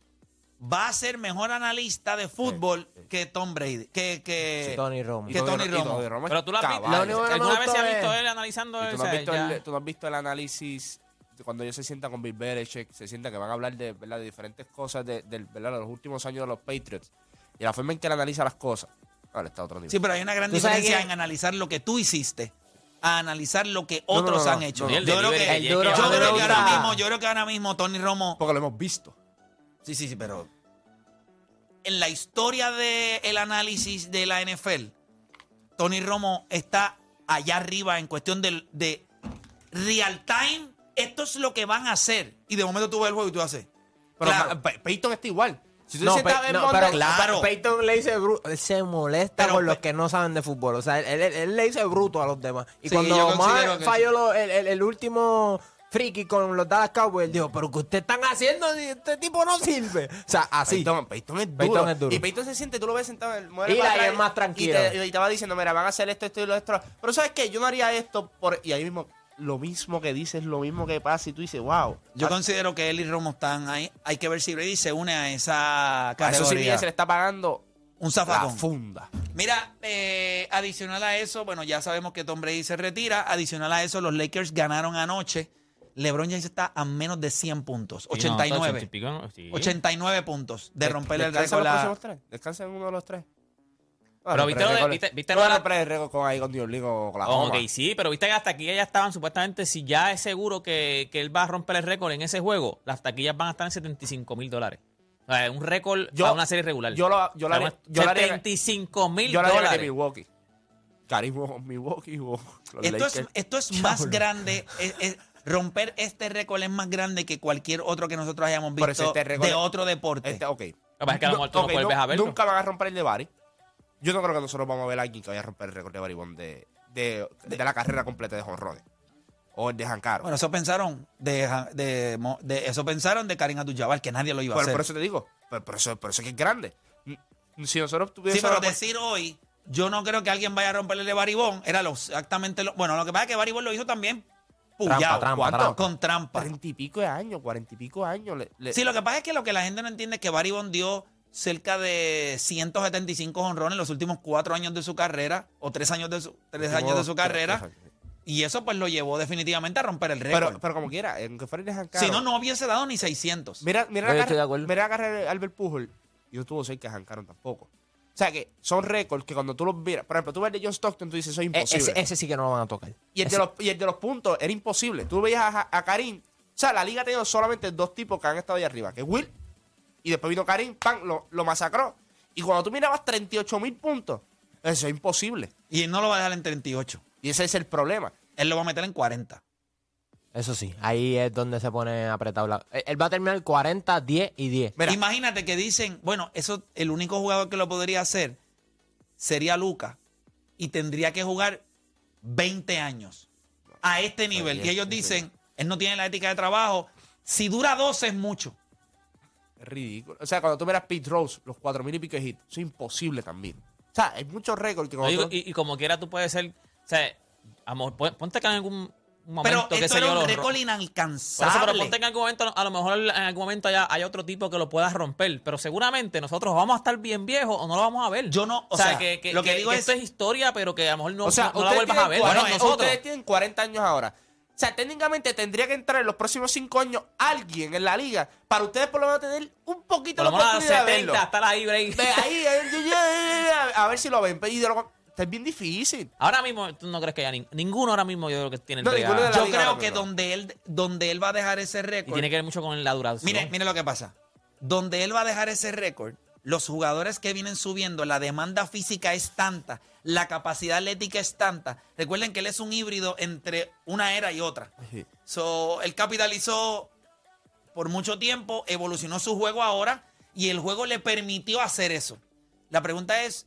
Speaker 4: va a ser mejor analista de fútbol que Tom Brady? Que, que,
Speaker 8: Sí, Tony Romo.
Speaker 4: que
Speaker 8: Y
Speaker 4: Tony
Speaker 5: y
Speaker 4: Romo.
Speaker 5: Tony Romo es
Speaker 6: Pero tú lo has visto.
Speaker 5: caballo.
Speaker 8: Lo único que no me
Speaker 6: ¿Alguna vez se
Speaker 8: gustó
Speaker 6: ha visto
Speaker 8: es-
Speaker 6: él analizando
Speaker 5: Y tú,
Speaker 6: o
Speaker 5: no has
Speaker 6: sea,
Speaker 5: visto
Speaker 6: ya-
Speaker 5: el, tú no has visto el análisis de cuando ellos se sientan con Bill Belichick, se sientan que van a hablar de, ¿verdad? de diferentes cosas de, del- ¿verdad? de los últimos años de los Patriots y la forma en que él analiza las cosas. Vale, está a otro nivel.
Speaker 4: Sí, pero hay una gran
Speaker 8: ¿Tú sabes
Speaker 4: diferencia
Speaker 8: qué?
Speaker 4: en analizar lo que tú hiciste a analizar lo que
Speaker 5: No, no,
Speaker 4: otros
Speaker 5: no,
Speaker 4: han
Speaker 5: no,
Speaker 4: hecho.
Speaker 5: no, no.
Speaker 4: Yo,
Speaker 6: El
Speaker 4: creo
Speaker 6: delivery,
Speaker 4: que,
Speaker 8: el
Speaker 4: yo
Speaker 8: duro,
Speaker 4: creo
Speaker 8: a mí me
Speaker 4: que
Speaker 8: gusta.
Speaker 4: ahora mismo, yo creo que ahora mismo Tony Romo.
Speaker 5: Porque lo hemos visto.
Speaker 4: Sí, sí, sí, pero en la historia del el análisis de la NFL, Tony Romo está allá arriba en cuestión del- de, real time. Esto es lo que van a hacer. Y de momento tú ves el juego y tú haces.
Speaker 5: Pero
Speaker 4: Claro.
Speaker 5: Ma- Pa- Peyton está igual. Si tú
Speaker 8: No,
Speaker 5: sientas
Speaker 8: Pey-
Speaker 5: a ver
Speaker 8: no,
Speaker 5: Monday-
Speaker 8: pero
Speaker 4: claro.
Speaker 8: claro, Peyton le dice bruto. Él se molesta
Speaker 4: Pero
Speaker 8: con los
Speaker 4: Pe-
Speaker 8: que no saben de fútbol. O sea, él, él- él le dice bruto a los demás. Y
Speaker 4: Sí, yo
Speaker 8: cuando
Speaker 4: considero
Speaker 8: Omar
Speaker 4: que
Speaker 8: falló lo- el, el- el último friki con los Dallas Cowboys, él dijo, pero ¿qué ustedes están haciendo? Si Este tipo no sirve. O sea, así.
Speaker 5: Peyton, Peyton es duro.
Speaker 8: Peyton es duro.
Speaker 5: Y Peyton se siente, tú lo ves sentado en el mueble
Speaker 8: Y
Speaker 5: para
Speaker 8: la- y
Speaker 5: atrás
Speaker 8: es más
Speaker 5: y
Speaker 8: tranquilo.
Speaker 5: te- Y te va diciendo, mira, van a hacer esto, esto y lo otro. Pero ¿sabes qué? Yo no haría esto por... Y ahí mismo, lo mismo que dices, lo mismo que pasa. Y tú dices, wow.
Speaker 4: Yo considero que él y Romo están ahí. Hay que ver si Brady se une a esa
Speaker 5: A eso sí
Speaker 4: categoría.
Speaker 5: se le está pagando
Speaker 4: Un
Speaker 5: la
Speaker 4: zafacón.
Speaker 5: funda.
Speaker 4: Mira, eh, adicional a eso, bueno, ya sabemos que Tom Brady se retira. Adicional a eso, los Lakers ganaron anoche. LeBron James está a menos de 100 puntos.
Speaker 6: Sí, no,
Speaker 4: 89.
Speaker 6: 80 y pico, no, sí.
Speaker 4: 89 puntos de romper el
Speaker 5: Descansa
Speaker 4: récord.
Speaker 5: los
Speaker 4: La-
Speaker 5: próximos tres. Descansa en uno de los tres.
Speaker 6: Pero viste lo de- viste- viste
Speaker 5: no
Speaker 6: lo de-
Speaker 5: van a romper el récord con ahí con New Orleans o con la
Speaker 6: Ok,
Speaker 5: Oklahoma.
Speaker 6: sí, pero viste que las taquillas ya estaban supuestamente, si ya es seguro que, que él va a romper el récord en ese juego, las taquillas van a estar en 75 mil dólares. O sea, un récord
Speaker 5: Yo-
Speaker 6: para una serie regular.
Speaker 5: yo lo- yo lo haría- yo lo haría-
Speaker 6: 75 mil
Speaker 5: Yo la haría de
Speaker 6: dólares.
Speaker 5: Milwaukee. Carismo Milwaukee o los
Speaker 4: Esto es,
Speaker 5: Lakers.
Speaker 4: esto es más grande. es- es- romper este récord es más grande que cualquier otro que nosotros hayamos
Speaker 5: Por
Speaker 4: visto
Speaker 5: eso este récord-
Speaker 4: de otro deporte.
Speaker 5: Este, ok.
Speaker 6: Lo que pasa es que a lo mejor tú no
Speaker 5: ok,
Speaker 6: vuelves a verlo.
Speaker 5: Nunca van a romper el de Barry. Yo no creo que nosotros vamos a ver a alguien que vaya a romper el récord de Barry Bond de, de, de la carrera completa de Honrode. O el de Jancaro.
Speaker 4: bueno, eso pensaron de, de- de- eso pensaron de Karim Abdul-Jabbar, que nadie lo iba a
Speaker 5: Pero
Speaker 4: hacer.
Speaker 5: por eso te digo, por, por eso, por eso es que es grande. N- Si nosotros
Speaker 4: Sí,
Speaker 5: tuviésemos...
Speaker 4: pero
Speaker 5: la pos-
Speaker 4: decir hoy, yo no creo que alguien vaya a romperle el de Baribón. Era lo exactamente lo. Bueno, lo que pasa es que Baribón lo hizo también puyao.
Speaker 8: Trampa, trampa,
Speaker 4: ¿Cuánto?
Speaker 8: trampa.
Speaker 4: Con trampa.
Speaker 5: Cuarenta y pico de años, cuarenta y pico de años. le- le-
Speaker 4: Sí, lo que pasa es que lo que la gente no entiende es que Baribón dio cerca de 175 honrones en los últimos cuatro años de su carrera, o tres años de su, tres años de su carrera, y eso pues lo llevó definitivamente a romper el récord.
Speaker 5: Pero, pero como quiera, aunque fuera el de Jancaro...
Speaker 4: si no, no hubiese dado ni 600.
Speaker 5: Mira, mira,
Speaker 8: Yo estoy
Speaker 5: la,
Speaker 8: de
Speaker 5: carrera,
Speaker 8: acuerdo.
Speaker 5: mira la carrera de Albert Pujol. Y no tuvo cerca de Hancaron tampoco. O sea que son récords que cuando tú los miras, por ejemplo, tú ves el de John Stockton, tú dices, eso
Speaker 8: E-
Speaker 5: es imposible.
Speaker 8: ese, ese sí que no lo van a tocar.
Speaker 5: y, el de
Speaker 8: Ese-
Speaker 5: los, y el de los puntos era imposible. Tú veías a, a Karim. O sea, la liga ha tenido solamente dos tipos que han estado ahí arriba, que es Will. Y después vino Karim, pan, lo, lo masacró. Y cuando tú mirabas 38 mil puntos, eso es imposible.
Speaker 4: Y él no lo va a dejar en 38.
Speaker 5: Y ese es el problema.
Speaker 4: Él lo va a meter en 40.
Speaker 8: Eso sí, ahí es donde se pone apretado. la- Él él va a terminar 40, 10 y 10.
Speaker 5: Mira.
Speaker 4: Imagínate que dicen, bueno, eso el único jugador que lo podría hacer sería Luca y tendría que jugar 20 años a este nivel.
Speaker 5: Ahí
Speaker 4: Y
Speaker 5: es,
Speaker 4: ellos
Speaker 5: sí,
Speaker 4: dicen, él no tiene la ética de trabajo. Si dura 12 es mucho.
Speaker 5: Es ridículo. O sea, cuando tú miras Pete Rose, los 4 mil y pico de hits, eso es imposible también. O sea, hay muchos récords que
Speaker 6: No,
Speaker 5: cuando
Speaker 6: digo,
Speaker 5: tú-
Speaker 6: y, y como quiera tú puedes ser, o sea, a lo mejor, pon- ponte que en algún
Speaker 4: Pero
Speaker 6: momento, qué
Speaker 4: esto
Speaker 6: sé yo,
Speaker 4: era un
Speaker 6: los-
Speaker 4: récord
Speaker 6: Por eso,
Speaker 4: inalcanzable.
Speaker 6: pero ponte que en algún momento, a lo mejor en algún momento haya, hay otro tipo que lo pueda romper, pero seguramente nosotros vamos a estar bien viejos o no lo vamos a ver.
Speaker 4: Yo no- o sea,
Speaker 6: que, que-
Speaker 4: lo que
Speaker 6: que-
Speaker 4: digo
Speaker 6: que
Speaker 4: es-
Speaker 6: esto es historia, pero que a lo mejor no,
Speaker 5: o sea,
Speaker 6: no- no la
Speaker 5: ustedes
Speaker 6: vuelvas
Speaker 5: tienen
Speaker 6: a ver.
Speaker 5: cuarenta-
Speaker 6: Bueno,
Speaker 5: o-
Speaker 6: nosotros.
Speaker 5: ustedes tienen 40 años ahora. O sea, técnicamente tendría que entrar en los próximos 5 años alguien en la liga para ustedes por lo menos tener un poquito
Speaker 6: Por
Speaker 5: la
Speaker 6: lo menos a los
Speaker 5: oportunidad de
Speaker 6: 70,
Speaker 5: verlo.
Speaker 6: hasta la ahí, break.
Speaker 5: Ve ahí, a ver- a ver si lo ven. pues, Y de lo- es bien difícil.
Speaker 6: Ahora mismo, tú no crees que haya nin- ninguno ahora mismo, yo creo que tiene el
Speaker 5: No,
Speaker 6: break
Speaker 5: ninguno
Speaker 6: a-
Speaker 5: de la
Speaker 4: Yo
Speaker 5: liga
Speaker 4: creo
Speaker 5: ahora
Speaker 4: que
Speaker 5: mismo.
Speaker 4: donde él, donde él va a dejar ese
Speaker 6: Y
Speaker 4: récord.
Speaker 6: tiene que ver mucho con la duración.
Speaker 4: Mire, mire lo que pasa. Donde él va a dejar ese récord, los jugadores que vienen subiendo, la demanda física es tanta, la capacidad atlética es tanta. Recuerden que él es un híbrido entre una era y otra. So, él capitalizó por mucho tiempo, evolucionó su juego ahora y el juego le permitió hacer eso. La pregunta es,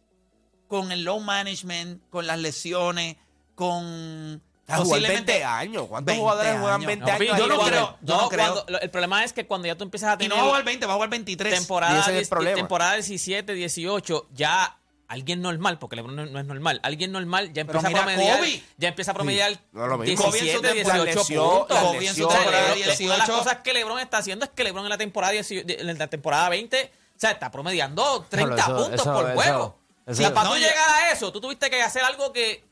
Speaker 4: con el low management, con las lesiones, con
Speaker 5: a jugar
Speaker 6: posiblemente-
Speaker 5: 20 años. ¿Cuántos
Speaker 7: 20
Speaker 5: jugadores juegan
Speaker 7: años.
Speaker 5: 20
Speaker 4: este
Speaker 6: No,
Speaker 5: años?
Speaker 6: yo
Speaker 5: ahí?
Speaker 6: no
Speaker 5: Cuando-
Speaker 6: creo.
Speaker 5: yo no creo.
Speaker 6: cuando- lo- el problema es que cuando ya tú empiezas a
Speaker 4: Y
Speaker 6: tener
Speaker 4: no va a jugar 20, va a jugar 23.
Speaker 5: Y
Speaker 6: temporada,
Speaker 5: ese es el
Speaker 6: 10
Speaker 5: problema.
Speaker 6: temporada 17, 18, ya alguien normal, porque LeBron no, no es normal, alguien normal ya
Speaker 4: Pero
Speaker 6: empieza
Speaker 4: mira
Speaker 6: a promediar,
Speaker 4: Kobe.
Speaker 6: ya empieza a promediar
Speaker 5: No, lo mismo. Kobe en su
Speaker 6: 17,
Speaker 5: temporada
Speaker 6: 18
Speaker 5: lesionó,
Speaker 6: puntos.
Speaker 5: las
Speaker 6: Kobe en su
Speaker 5: lesiones,
Speaker 6: temporada
Speaker 5: la-
Speaker 6: 18. Una de las
Speaker 4: 18.
Speaker 6: cosas que LeBron está haciendo es que LeBron en la temporada 18 de- en la temporada 20, o sea, está promediando 30
Speaker 8: eso-
Speaker 6: puntos
Speaker 8: eso-
Speaker 6: por
Speaker 8: eso-
Speaker 6: juego.
Speaker 8: eso-
Speaker 6: Si para
Speaker 4: No,
Speaker 6: tú
Speaker 4: yo-
Speaker 6: llegar a eso, tú tuviste que hacer algo que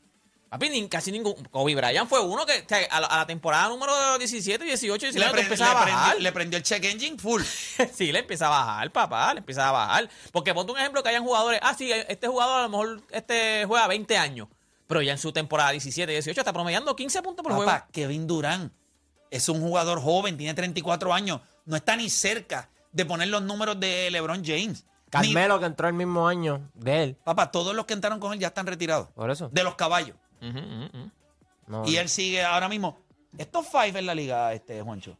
Speaker 6: Papi, ni- casi ningún. Kobe Bryant fue uno que o sea, a, la, a la temporada número 17, 18,
Speaker 4: Le,
Speaker 6: 19 tú
Speaker 4: pre-
Speaker 6: empezabas
Speaker 4: le
Speaker 6: a
Speaker 4: prendió-
Speaker 6: bajar
Speaker 4: le prendió el check engine full.
Speaker 6: sí, le empieza a bajar, papá, le empieza a bajar. Porque ponte un ejemplo que hayan jugadores, ah, sí, este jugador a lo mejor este juega 20 años, pero ya en su temporada 17, 18 está promediando 15 puntos por juego.
Speaker 4: Papá, Kevin Durán es un jugador joven, tiene 34 años, no está ni cerca de poner los números de LeBron James. Ni-
Speaker 8: Carmelo, que entró el mismo año de él.
Speaker 4: papá, todos los que entraron con él ya están retirados
Speaker 8: Por eso.
Speaker 4: de los caballos.
Speaker 6: Ujú, ujú, ujú.
Speaker 8: No,
Speaker 4: Y él sigue ahora mismo. Estos five en la liga, este, Juancho.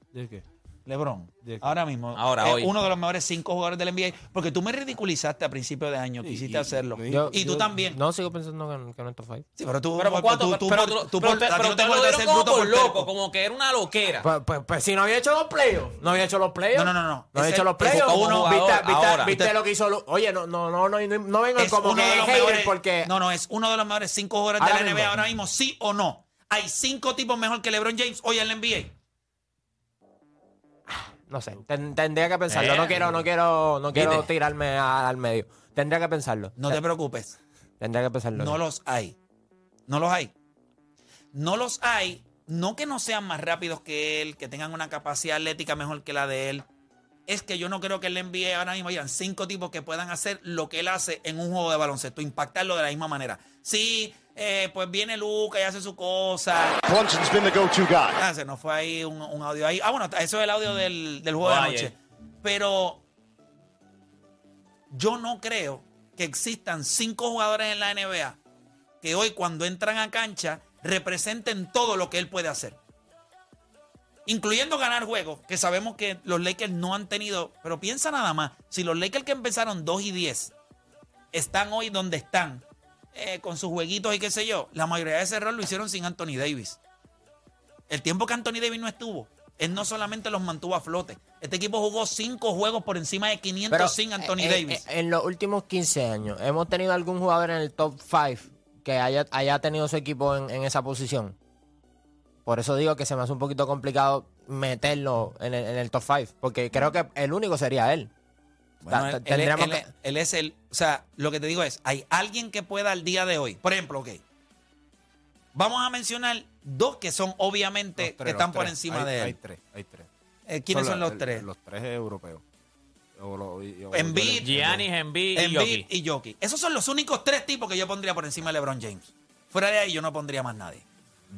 Speaker 4: LeBron,
Speaker 8: ¿De qué?
Speaker 4: ahora mismo,
Speaker 6: Ahora,
Speaker 4: es
Speaker 6: hoy.
Speaker 4: uno de los mejores cinco jugadores del NBA, porque tú me ridiculizaste a principio de año, quisiste hacerlo.
Speaker 8: Yo-
Speaker 4: y tú
Speaker 8: yo-
Speaker 4: también.
Speaker 8: No, sigo pensando que, que no está fight.
Speaker 4: Sí, pero tú,
Speaker 6: Pero por cuánto,
Speaker 4: tú- tú-
Speaker 6: pero-
Speaker 4: tú-
Speaker 6: pero-
Speaker 4: tú-
Speaker 6: pero-
Speaker 4: a ti no
Speaker 6: pero
Speaker 4: te
Speaker 6: ustedes lo
Speaker 4: guardas
Speaker 6: vieron
Speaker 4: ser
Speaker 6: como
Speaker 4: bruto
Speaker 6: por
Speaker 4: terco.
Speaker 6: loco, como que era una loquera.
Speaker 8: Pues, pues, pues si no había hecho los playoffs. No había hecho los
Speaker 4: No,
Speaker 8: playoffs.
Speaker 4: no, no, no.
Speaker 8: No había
Speaker 4: Ese-
Speaker 8: hecho los
Speaker 4: ese
Speaker 8: playoffs.
Speaker 4: uno
Speaker 8: viste,
Speaker 6: jugador
Speaker 8: viste-
Speaker 6: ahora.
Speaker 8: viste lo que hizo. Lu- Oye, no, no, no, no, no, no vengan
Speaker 4: es
Speaker 8: como
Speaker 4: uno
Speaker 8: que
Speaker 4: de los
Speaker 8: hater
Speaker 4: mejores.
Speaker 8: porque.
Speaker 4: No, no, es uno de los mejores cinco jugadores
Speaker 8: Ahora
Speaker 4: de la NBA
Speaker 8: mismo.
Speaker 4: ahora mismo, sí o no. Hay cinco tipos mejor que LeBron James hoy en la NBA.
Speaker 8: No sé, ten- tendría que pensarlo.
Speaker 6: Eh,
Speaker 8: no quiero, no quiero, no quiero
Speaker 4: ¿viste?
Speaker 8: tirarme a- al medio. Tendría que pensarlo.
Speaker 4: No te preocupes,
Speaker 8: Tendría Eh. que pensarlo.
Speaker 4: no los hay. No los hay. No los hay. No que no sean más rápidos que él, que tengan una capacidad atlética mejor que la de él. Es que yo no creo que en la NBA ahora mismo hayan cinco tipos que puedan hacer lo que él hace en un juego de baloncesto, impactarlo de la misma manera. Sí, eh, pues viene Luca y hace su cosa.
Speaker 9: Clemson's been the go-to guy.
Speaker 4: Ah, se nos fue ahí un, un audio ahí. Ah, bueno, eso es el audio del, del juego
Speaker 6: Vaya.
Speaker 4: de anoche. Pero yo no creo que existan cinco jugadores en la NBA que hoy cuando entran a cancha representen todo lo que él puede hacer. Incluyendo ganar juegos, que sabemos que los Lakers no han tenido, pero piensa nada más, si los Lakers que empezaron 2 y 10 están hoy donde están, eh, con sus jueguitos y qué sé yo, la mayoría de ese error lo hicieron sin Anthony Davis. El tiempo que Anthony Davis no estuvo, él no solamente los mantuvo a flote. Este equipo jugó cinco juegos por encima de 500 sin Anthony
Speaker 8: eh, eh,
Speaker 4: Davis.
Speaker 8: eh, En los últimos 15 años, ¿hemos tenido algún jugador en el top 5 que haya, haya tenido su equipo en, en esa posición? Por eso digo que se me hace un poquito complicado meterlo en el, en el top 5, porque creo que el único sería él.
Speaker 4: Bueno,
Speaker 8: Ta- ta-
Speaker 4: él- él,
Speaker 8: tendríamos
Speaker 4: él-
Speaker 8: que-
Speaker 4: él es el. O sea, lo que te digo es: hay alguien que pueda al día de hoy. Por ejemplo, ok. Vamos a mencionar dos que son obviamente
Speaker 5: Los tres,
Speaker 4: que están
Speaker 5: los
Speaker 4: por
Speaker 5: tres.
Speaker 4: encima
Speaker 5: Hay-
Speaker 4: de él.
Speaker 5: Hay tres, hay tres.
Speaker 4: Eh, ¿Quiénes son, los
Speaker 5: el-
Speaker 4: tres?
Speaker 5: Los tres europeos. O lo- y- o-
Speaker 4: Embiid.
Speaker 6: Giannis, Embiid y
Speaker 4: Embiid
Speaker 6: Jokic.
Speaker 4: y Jokic. Esos son los únicos tres tipos que yo pondría por encima de LeBron James. Fuera de ahí yo no pondría más nadie.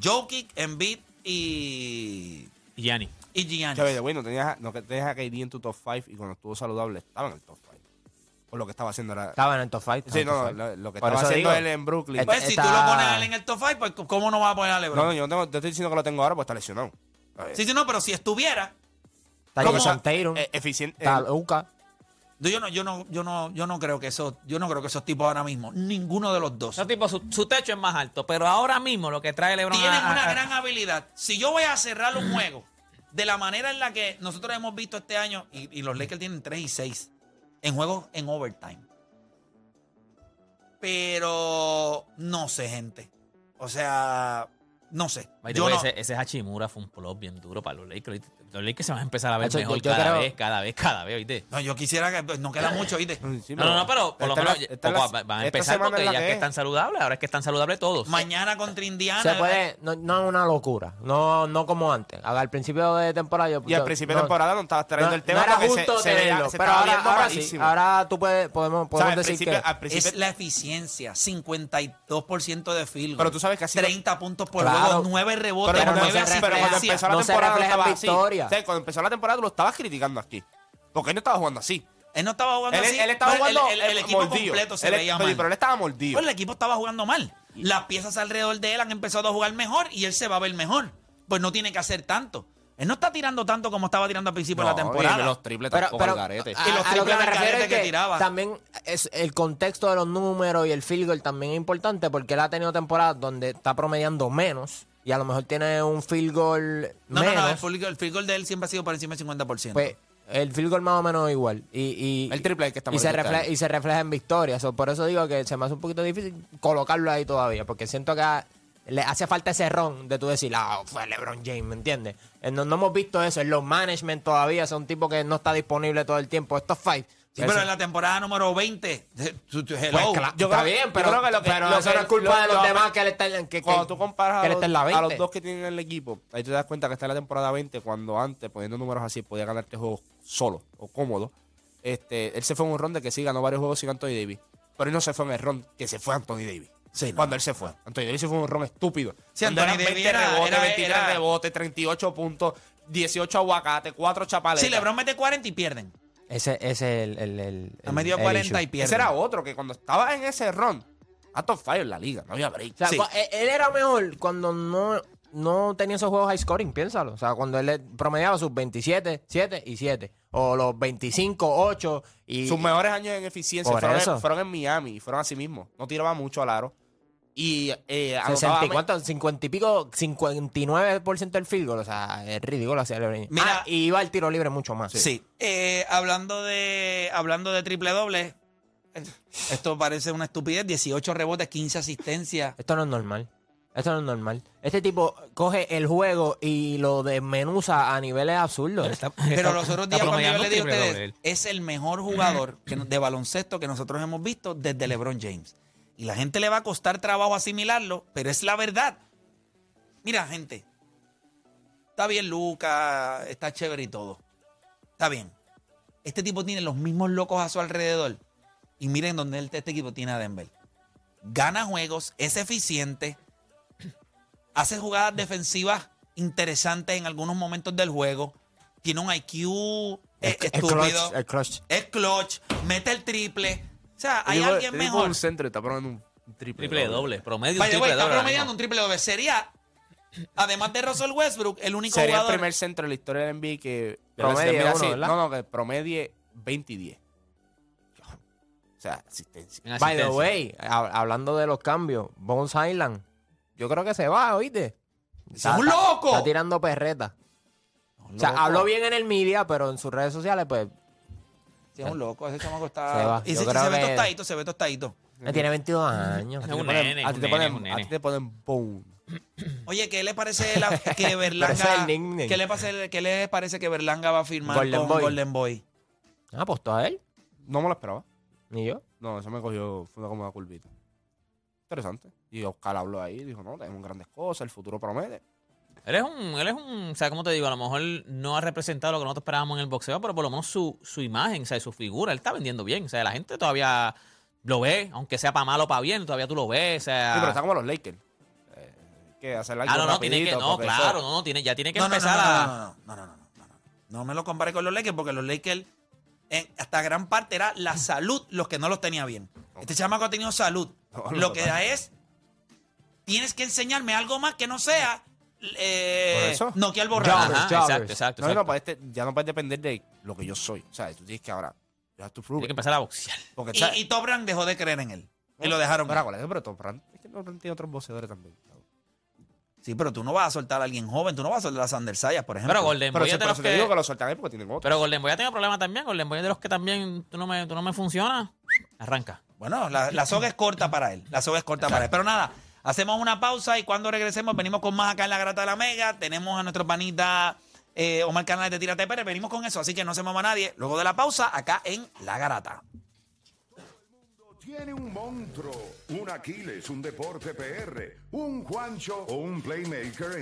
Speaker 4: Jokic, Embiid y,
Speaker 6: Y Giannis.
Speaker 4: y Giannis.
Speaker 5: Que, by the way, no tenías, a- no que tenías a KD en tu top 5 y cuando estuvo saludable estaba en el top 5. Por lo que estaba haciendo era...
Speaker 8: Estaba en el top 5.
Speaker 5: Sí, no, lo, lo que
Speaker 8: Por
Speaker 5: estaba
Speaker 8: eso
Speaker 5: haciendo
Speaker 8: digo.
Speaker 5: él en Brooklyn.
Speaker 8: Este-
Speaker 4: Pues si tú lo
Speaker 8: Está-
Speaker 4: pones a él en el top 5, pues ¿cómo no vas a poner a
Speaker 5: no, no,
Speaker 4: LeBron?
Speaker 5: yo no tengo, te estoy diciendo que lo tengo ahora porque está lesionado. Eh,
Speaker 4: sí, sí, no, pero si estuviera,
Speaker 8: Está
Speaker 5: ¿Cómo?
Speaker 8: Jason Tatum,
Speaker 5: Eh, eficiente.
Speaker 8: está
Speaker 5: eh,
Speaker 8: Luka.
Speaker 4: Yo no, yo no, yo no, yo no creo que esos, yo no creo que esos tipos ahora mismo, ninguno de los dos.
Speaker 6: Ese tipo, su, su techo es más alto, pero ahora mismo lo que trae LeBron
Speaker 4: Tienen
Speaker 6: a- a-
Speaker 4: una
Speaker 6: a-
Speaker 4: gran habilidad. Si yo voy a cerrar un juego de la manera en la que nosotros hemos visto este año, y, y los Lakers tienen 3 y 6 en juegos en overtime. Pero no sé, gente. O sea, no sé.
Speaker 6: By the
Speaker 4: Yo
Speaker 6: way,
Speaker 4: no-
Speaker 6: ese, ese Hachimura fue un plop bien duro para los Lakers. ¿oíste? Los Lakers se van a empezar a ver
Speaker 8: Hacho, yo-
Speaker 6: mejor
Speaker 8: yo
Speaker 6: cada
Speaker 8: creo-
Speaker 6: vez, cada vez, cada vez, ¿oíste?
Speaker 4: no, yo quisiera que pues, no queda mucho, ¿oíste?
Speaker 5: sí,
Speaker 6: No, no, no, pero por lo
Speaker 5: esta es la-
Speaker 6: menos
Speaker 5: esta es la-
Speaker 6: poco a- van a
Speaker 5: esta
Speaker 6: empezar
Speaker 5: semana
Speaker 6: porque
Speaker 5: es la
Speaker 6: ya que,
Speaker 5: es.
Speaker 6: están saludables, ahora es que están saludables todos.
Speaker 4: Mañana contra Indiana.
Speaker 8: Se puede, no, no es una locura, no, no como antes. Al principio de temporada yo...
Speaker 5: Y al
Speaker 8: yo-
Speaker 5: principio
Speaker 8: no-
Speaker 5: de temporada no estabas trayendo
Speaker 8: no-
Speaker 5: el tema
Speaker 8: no era
Speaker 5: porque
Speaker 8: justo
Speaker 5: se, se veía-
Speaker 8: tenerlo,
Speaker 5: se
Speaker 8: pero
Speaker 5: estaba
Speaker 8: ahora,
Speaker 5: viendo
Speaker 8: ahora sí,
Speaker 5: rarísimo.
Speaker 8: ahora tú puedes, podemos,
Speaker 5: O sea,
Speaker 8: podemos
Speaker 5: al
Speaker 8: decir
Speaker 5: principio,
Speaker 8: que...
Speaker 5: al principio-
Speaker 4: Es la eficiencia, 52% de field goal,
Speaker 5: Pero tú sabes que ha sido-
Speaker 4: 30 puntos por
Speaker 8: Claro.
Speaker 4: juego, 9 rebotes,
Speaker 5: pero, cuando,
Speaker 4: 9
Speaker 8: no se
Speaker 5: pero
Speaker 8: refleja-
Speaker 5: cuando empezó
Speaker 4: asistencias.
Speaker 5: la
Speaker 8: no se
Speaker 5: temporada no
Speaker 8: refleja en
Speaker 5: estaba así.
Speaker 8: victoria.
Speaker 5: O sea, cuando empezó la temporada tú lo estabas criticando aquí. Porque él no estaba jugando así.
Speaker 4: Él no estaba jugando
Speaker 5: Él,
Speaker 4: asl,
Speaker 5: él estaba
Speaker 4: pero el-
Speaker 5: jugando
Speaker 4: el, el
Speaker 5: eh,
Speaker 4: equipo
Speaker 5: mordido.
Speaker 4: completo se
Speaker 5: Él-
Speaker 4: veía
Speaker 5: pero-
Speaker 4: mal.
Speaker 5: Pero él estaba mordido.
Speaker 4: Pues el equipo estaba jugando mal. Las piezas alrededor de él han empezado a jugar mejor y él se va a ver mejor. Pues no tiene que hacer tanto. Él no está tirando tanto como estaba tirando al principio de la temporada.
Speaker 5: los triples
Speaker 8: Pero,
Speaker 5: tampoco
Speaker 8: pero ah,
Speaker 5: al garete.
Speaker 4: Y los
Speaker 8: a, a lo que
Speaker 4: triples
Speaker 8: me
Speaker 4: al
Speaker 8: refiero
Speaker 4: garete
Speaker 8: es
Speaker 4: que
Speaker 8: que,
Speaker 4: tiraba.
Speaker 8: también es el contexto de los números y el field goal también es importante porque él ha tenido temporadas donde está promediando menos y y a lo mejor tiene un field goal
Speaker 4: No,
Speaker 8: menos,
Speaker 4: no, no, el field, goal- el field goal de él siempre ha sido por encima del 50%.
Speaker 8: pues el field goal más o menos igual. Y, y-
Speaker 7: El triple que estamos
Speaker 8: y se,
Speaker 7: buscando.
Speaker 8: refleja, y se refleja en victorias. So, por eso digo que se me hace un poquito difícil colocarlo ahí todavía, porque siento que le hace falta ese ron de tú decir, ah, fue LeBron James, ¿me entiendes? Eh, No, no hemos visto eso. En los management todavía son tipos que no está disponible todo el tiempo. Estos five.
Speaker 4: sí,
Speaker 5: pues,
Speaker 4: pero en la temporada número 20, tu- tu- hello.
Speaker 8: Pues cla-
Speaker 5: yo
Speaker 8: está
Speaker 5: creo-
Speaker 8: bien,
Speaker 5: yo
Speaker 8: pero,
Speaker 5: creo que lo que-
Speaker 8: pero
Speaker 5: lo
Speaker 8: eso
Speaker 5: que-
Speaker 8: no es culpa
Speaker 5: lo-
Speaker 8: de los
Speaker 5: lo-
Speaker 8: demás que le están en que,
Speaker 5: Cuando
Speaker 8: que-
Speaker 5: tú comparas
Speaker 8: que
Speaker 5: a
Speaker 8: él
Speaker 5: los,
Speaker 8: está en la
Speaker 5: a
Speaker 8: 20.
Speaker 5: los dos que tienen en el equipo, ahí te das cuenta que está en la temporada 20, cuando antes, poniendo números así, podía ganar tres juegos solo o cómodo. Este, él se fue en un ron de que sí ganó varios juegos sin Anthony Davis. Pero él no se fue en el ron que se fue Anthony Davis.
Speaker 4: Sí, no.
Speaker 5: Cuando él se fue. Anthony Davis se fue en un ron estúpido.
Speaker 4: Sí,
Speaker 5: Cuando
Speaker 4: Anthony
Speaker 5: eran
Speaker 4: Davis era-
Speaker 5: rebotes,
Speaker 4: era-
Speaker 5: 23
Speaker 4: era-
Speaker 5: rebotes, 38 puntos, 18 aguacates, 4 chapaletas.
Speaker 4: Si LeBron mete 40 y pierden.
Speaker 8: Ese ese es el. el, el-
Speaker 4: Ha
Speaker 8: el-
Speaker 4: metido
Speaker 8: el
Speaker 4: 40 y
Speaker 8: issue.
Speaker 4: pierden.
Speaker 5: Ese era otro que cuando estaba en ese ron, a top fire en la liga, no había break.
Speaker 8: O sea,
Speaker 4: Sí.
Speaker 8: cua- e, él- él era mejor cuando no, no tenía esos juegos high scoring, piénsalo. O sea, cuando él promediaba sus 27, 7 y 7. O los 25, 8 y...
Speaker 5: Sus mejores años en eficiencia
Speaker 8: Por
Speaker 5: fueron
Speaker 8: eso.
Speaker 5: en, fueron en Miami, fueron así mismo. No tiraba mucho al aro. Y eh, anotaba
Speaker 8: 60 y cuánto, 50 y pico, 59% del field goal. O sea, es ridículo hacia LeBron. James.
Speaker 4: Mira-
Speaker 8: Ah, y iba al tiro libre mucho más.
Speaker 4: Sí. Eh, hablando de hablando de triple doble, eh, esto parece una estupidez. 18 rebotes, 15 asistencias.
Speaker 8: Esto no es normal. Esto no es normal. Este tipo coge el juego y lo desmenuza a niveles absurdos.
Speaker 4: Pero los otros días, cuando yo
Speaker 6: promediando
Speaker 4: le dije a
Speaker 6: triple
Speaker 4: ustedes,
Speaker 6: doble él.
Speaker 4: es el mejor jugador que no- de baloncesto que nosotros hemos visto desde LeBron James. Y la gente le va a costar trabajo asimilarlo, pero es la verdad. Mira, gente, está bien Luca, está chévere y todo. Está bien. Este tipo tiene los mismos locos a su alrededor. Y miren dónde él- este equipo tiene a Denver. Gana juegos, es eficiente, hace jugadas defensivas interesantes en algunos momentos del juego, tiene un IQ eh,
Speaker 8: Es- es
Speaker 4: estúpido,
Speaker 8: clutch, es clutch.
Speaker 4: es clutch, mete el triple. O sea, hay
Speaker 5: Él iba-
Speaker 4: alguien
Speaker 5: él iba a
Speaker 4: mejor.
Speaker 5: un centro y está probando un triple,
Speaker 6: Triple doble, promedio
Speaker 4: By
Speaker 6: un
Speaker 4: the way,
Speaker 6: triple
Speaker 4: está
Speaker 6: doble. ahora
Speaker 4: promediando
Speaker 6: mismo.
Speaker 4: un triple doble. Sería, además de Russell Westbrook, el único
Speaker 5: Sería el
Speaker 4: jugador.
Speaker 5: primer centro de la historia del NBA que
Speaker 8: Promedie
Speaker 5: mira,
Speaker 8: uno,
Speaker 5: sí,
Speaker 8: ¿verdad?
Speaker 5: No, no, que promedie 20 y 10. O sea, asistencia.
Speaker 6: En
Speaker 8: By the
Speaker 6: asistencia.
Speaker 8: way, ha- hablando de los cambios, Bones Island, yo creo que se va, ¿oíste?
Speaker 4: ¡Es un loco!
Speaker 8: Está tirando perreta. O sea, habló bien en el media, pero en sus redes sociales, pues,
Speaker 4: Sí, es un loco, ese chamaco
Speaker 8: Se
Speaker 4: está.
Speaker 8: va.
Speaker 4: Y
Speaker 8: Yo
Speaker 4: se,
Speaker 8: creo
Speaker 4: se ve
Speaker 8: que-
Speaker 4: tostadito, se ve tostadito.
Speaker 8: él tiene 22 años.
Speaker 6: Es un
Speaker 5: Ponen-
Speaker 6: nene,
Speaker 5: a
Speaker 6: es
Speaker 5: ti
Speaker 6: un
Speaker 5: te
Speaker 6: nene, es
Speaker 5: ponen-
Speaker 6: un
Speaker 5: a ti
Speaker 6: nene.
Speaker 5: te ponen bone.
Speaker 4: Oye, ¿qué le parece la- que
Speaker 8: ese es
Speaker 4: Berlanga.
Speaker 8: el nickname.
Speaker 4: ¿qué le, pase- qué le parece que Berlanga va a firmar
Speaker 8: Golden
Speaker 4: con
Speaker 8: Boy.
Speaker 4: Golden Boy?
Speaker 8: Ah, apostó a él,
Speaker 5: No me lo esperaba.
Speaker 8: ni yo.
Speaker 5: No, eso me cogió, fue una como una curvita. Interesante. Y Oscar habló ahí, dijo, no, tenemos grandes cosas, el futuro promete.
Speaker 6: Él es un, él es un, o sea, como te digo, a lo mejor no ha representado lo que nosotros esperábamos en el boxeo, pero por lo menos su, su imagen, o sea, su figura, él está vendiendo bien. O sea, la gente todavía lo ve, aunque sea para mal o para bien, todavía tú lo ves. O sea,
Speaker 5: Sí, pero está como los Lakers. Eh, hay que hacer algo
Speaker 6: ah, no, no, tiene que,
Speaker 5: rapidito,
Speaker 6: no,
Speaker 5: porque eso-
Speaker 6: claro, no, no, tiene, ya tiene que
Speaker 4: No, no, no,
Speaker 6: empezar a.
Speaker 4: no, no, no, no, no, no, no, no, no. No me lo compare con los Lakers porque los Lakers, en- hasta gran parte era la salud los que no los tenía bien. Este chamaco ha tenido salud.
Speaker 5: No, no,
Speaker 4: lo que
Speaker 5: total.
Speaker 4: da es, tienes que enseñarme algo más que no sea eh,
Speaker 5: Por eso.
Speaker 4: noquear
Speaker 6: Ajá,
Speaker 4: borracho.
Speaker 8: Jobbers, jobbers.
Speaker 6: exacto, exacto.
Speaker 5: No, no,
Speaker 6: exacto.
Speaker 5: pues este, ya no puedes depender de lo que yo soy. O sea, tú tienes que ahora. You have to prove
Speaker 6: tiene que
Speaker 5: it.
Speaker 6: empezar a boxear.
Speaker 5: Porque,
Speaker 4: Y, y Top Rank dejó de creer en él.
Speaker 6: Oh.
Speaker 4: Y lo dejaron.
Speaker 5: Ahora, colega, pero Tom Brand- es que Tom Brand tiene otros boxeadores también. cabrón.
Speaker 4: Sí, pero tú no vas a soltar a alguien joven, tú no vas a soltar a Sander Sayas, por ejemplo.
Speaker 6: Pero Golden
Speaker 5: Pero
Speaker 6: Boy
Speaker 5: si
Speaker 6: es de
Speaker 5: por
Speaker 6: los
Speaker 5: eso te digo
Speaker 6: que.
Speaker 5: que lo soltan ahí porque tienen otro.
Speaker 6: Pero Golden Boy ha tenido problemas también. Golden Boy es de los que también tú no me, tú no me funcionas. Arranca.
Speaker 4: Bueno, la, la soga es corta para él. La soga es corta para él. Pero nada, hacemos una pausa y cuando regresemos, venimos con más acá en la Grata de la Mega. Tenemos a nuestro panita eh, Omar Canales de Tírate Pérez. Venimos con eso, así que no se mueva nadie. Luego de la pausa, acá en La Garata.
Speaker 9: Tiene un monstruo, un Aquiles, un deporte PR, un Juancho o un playmaker en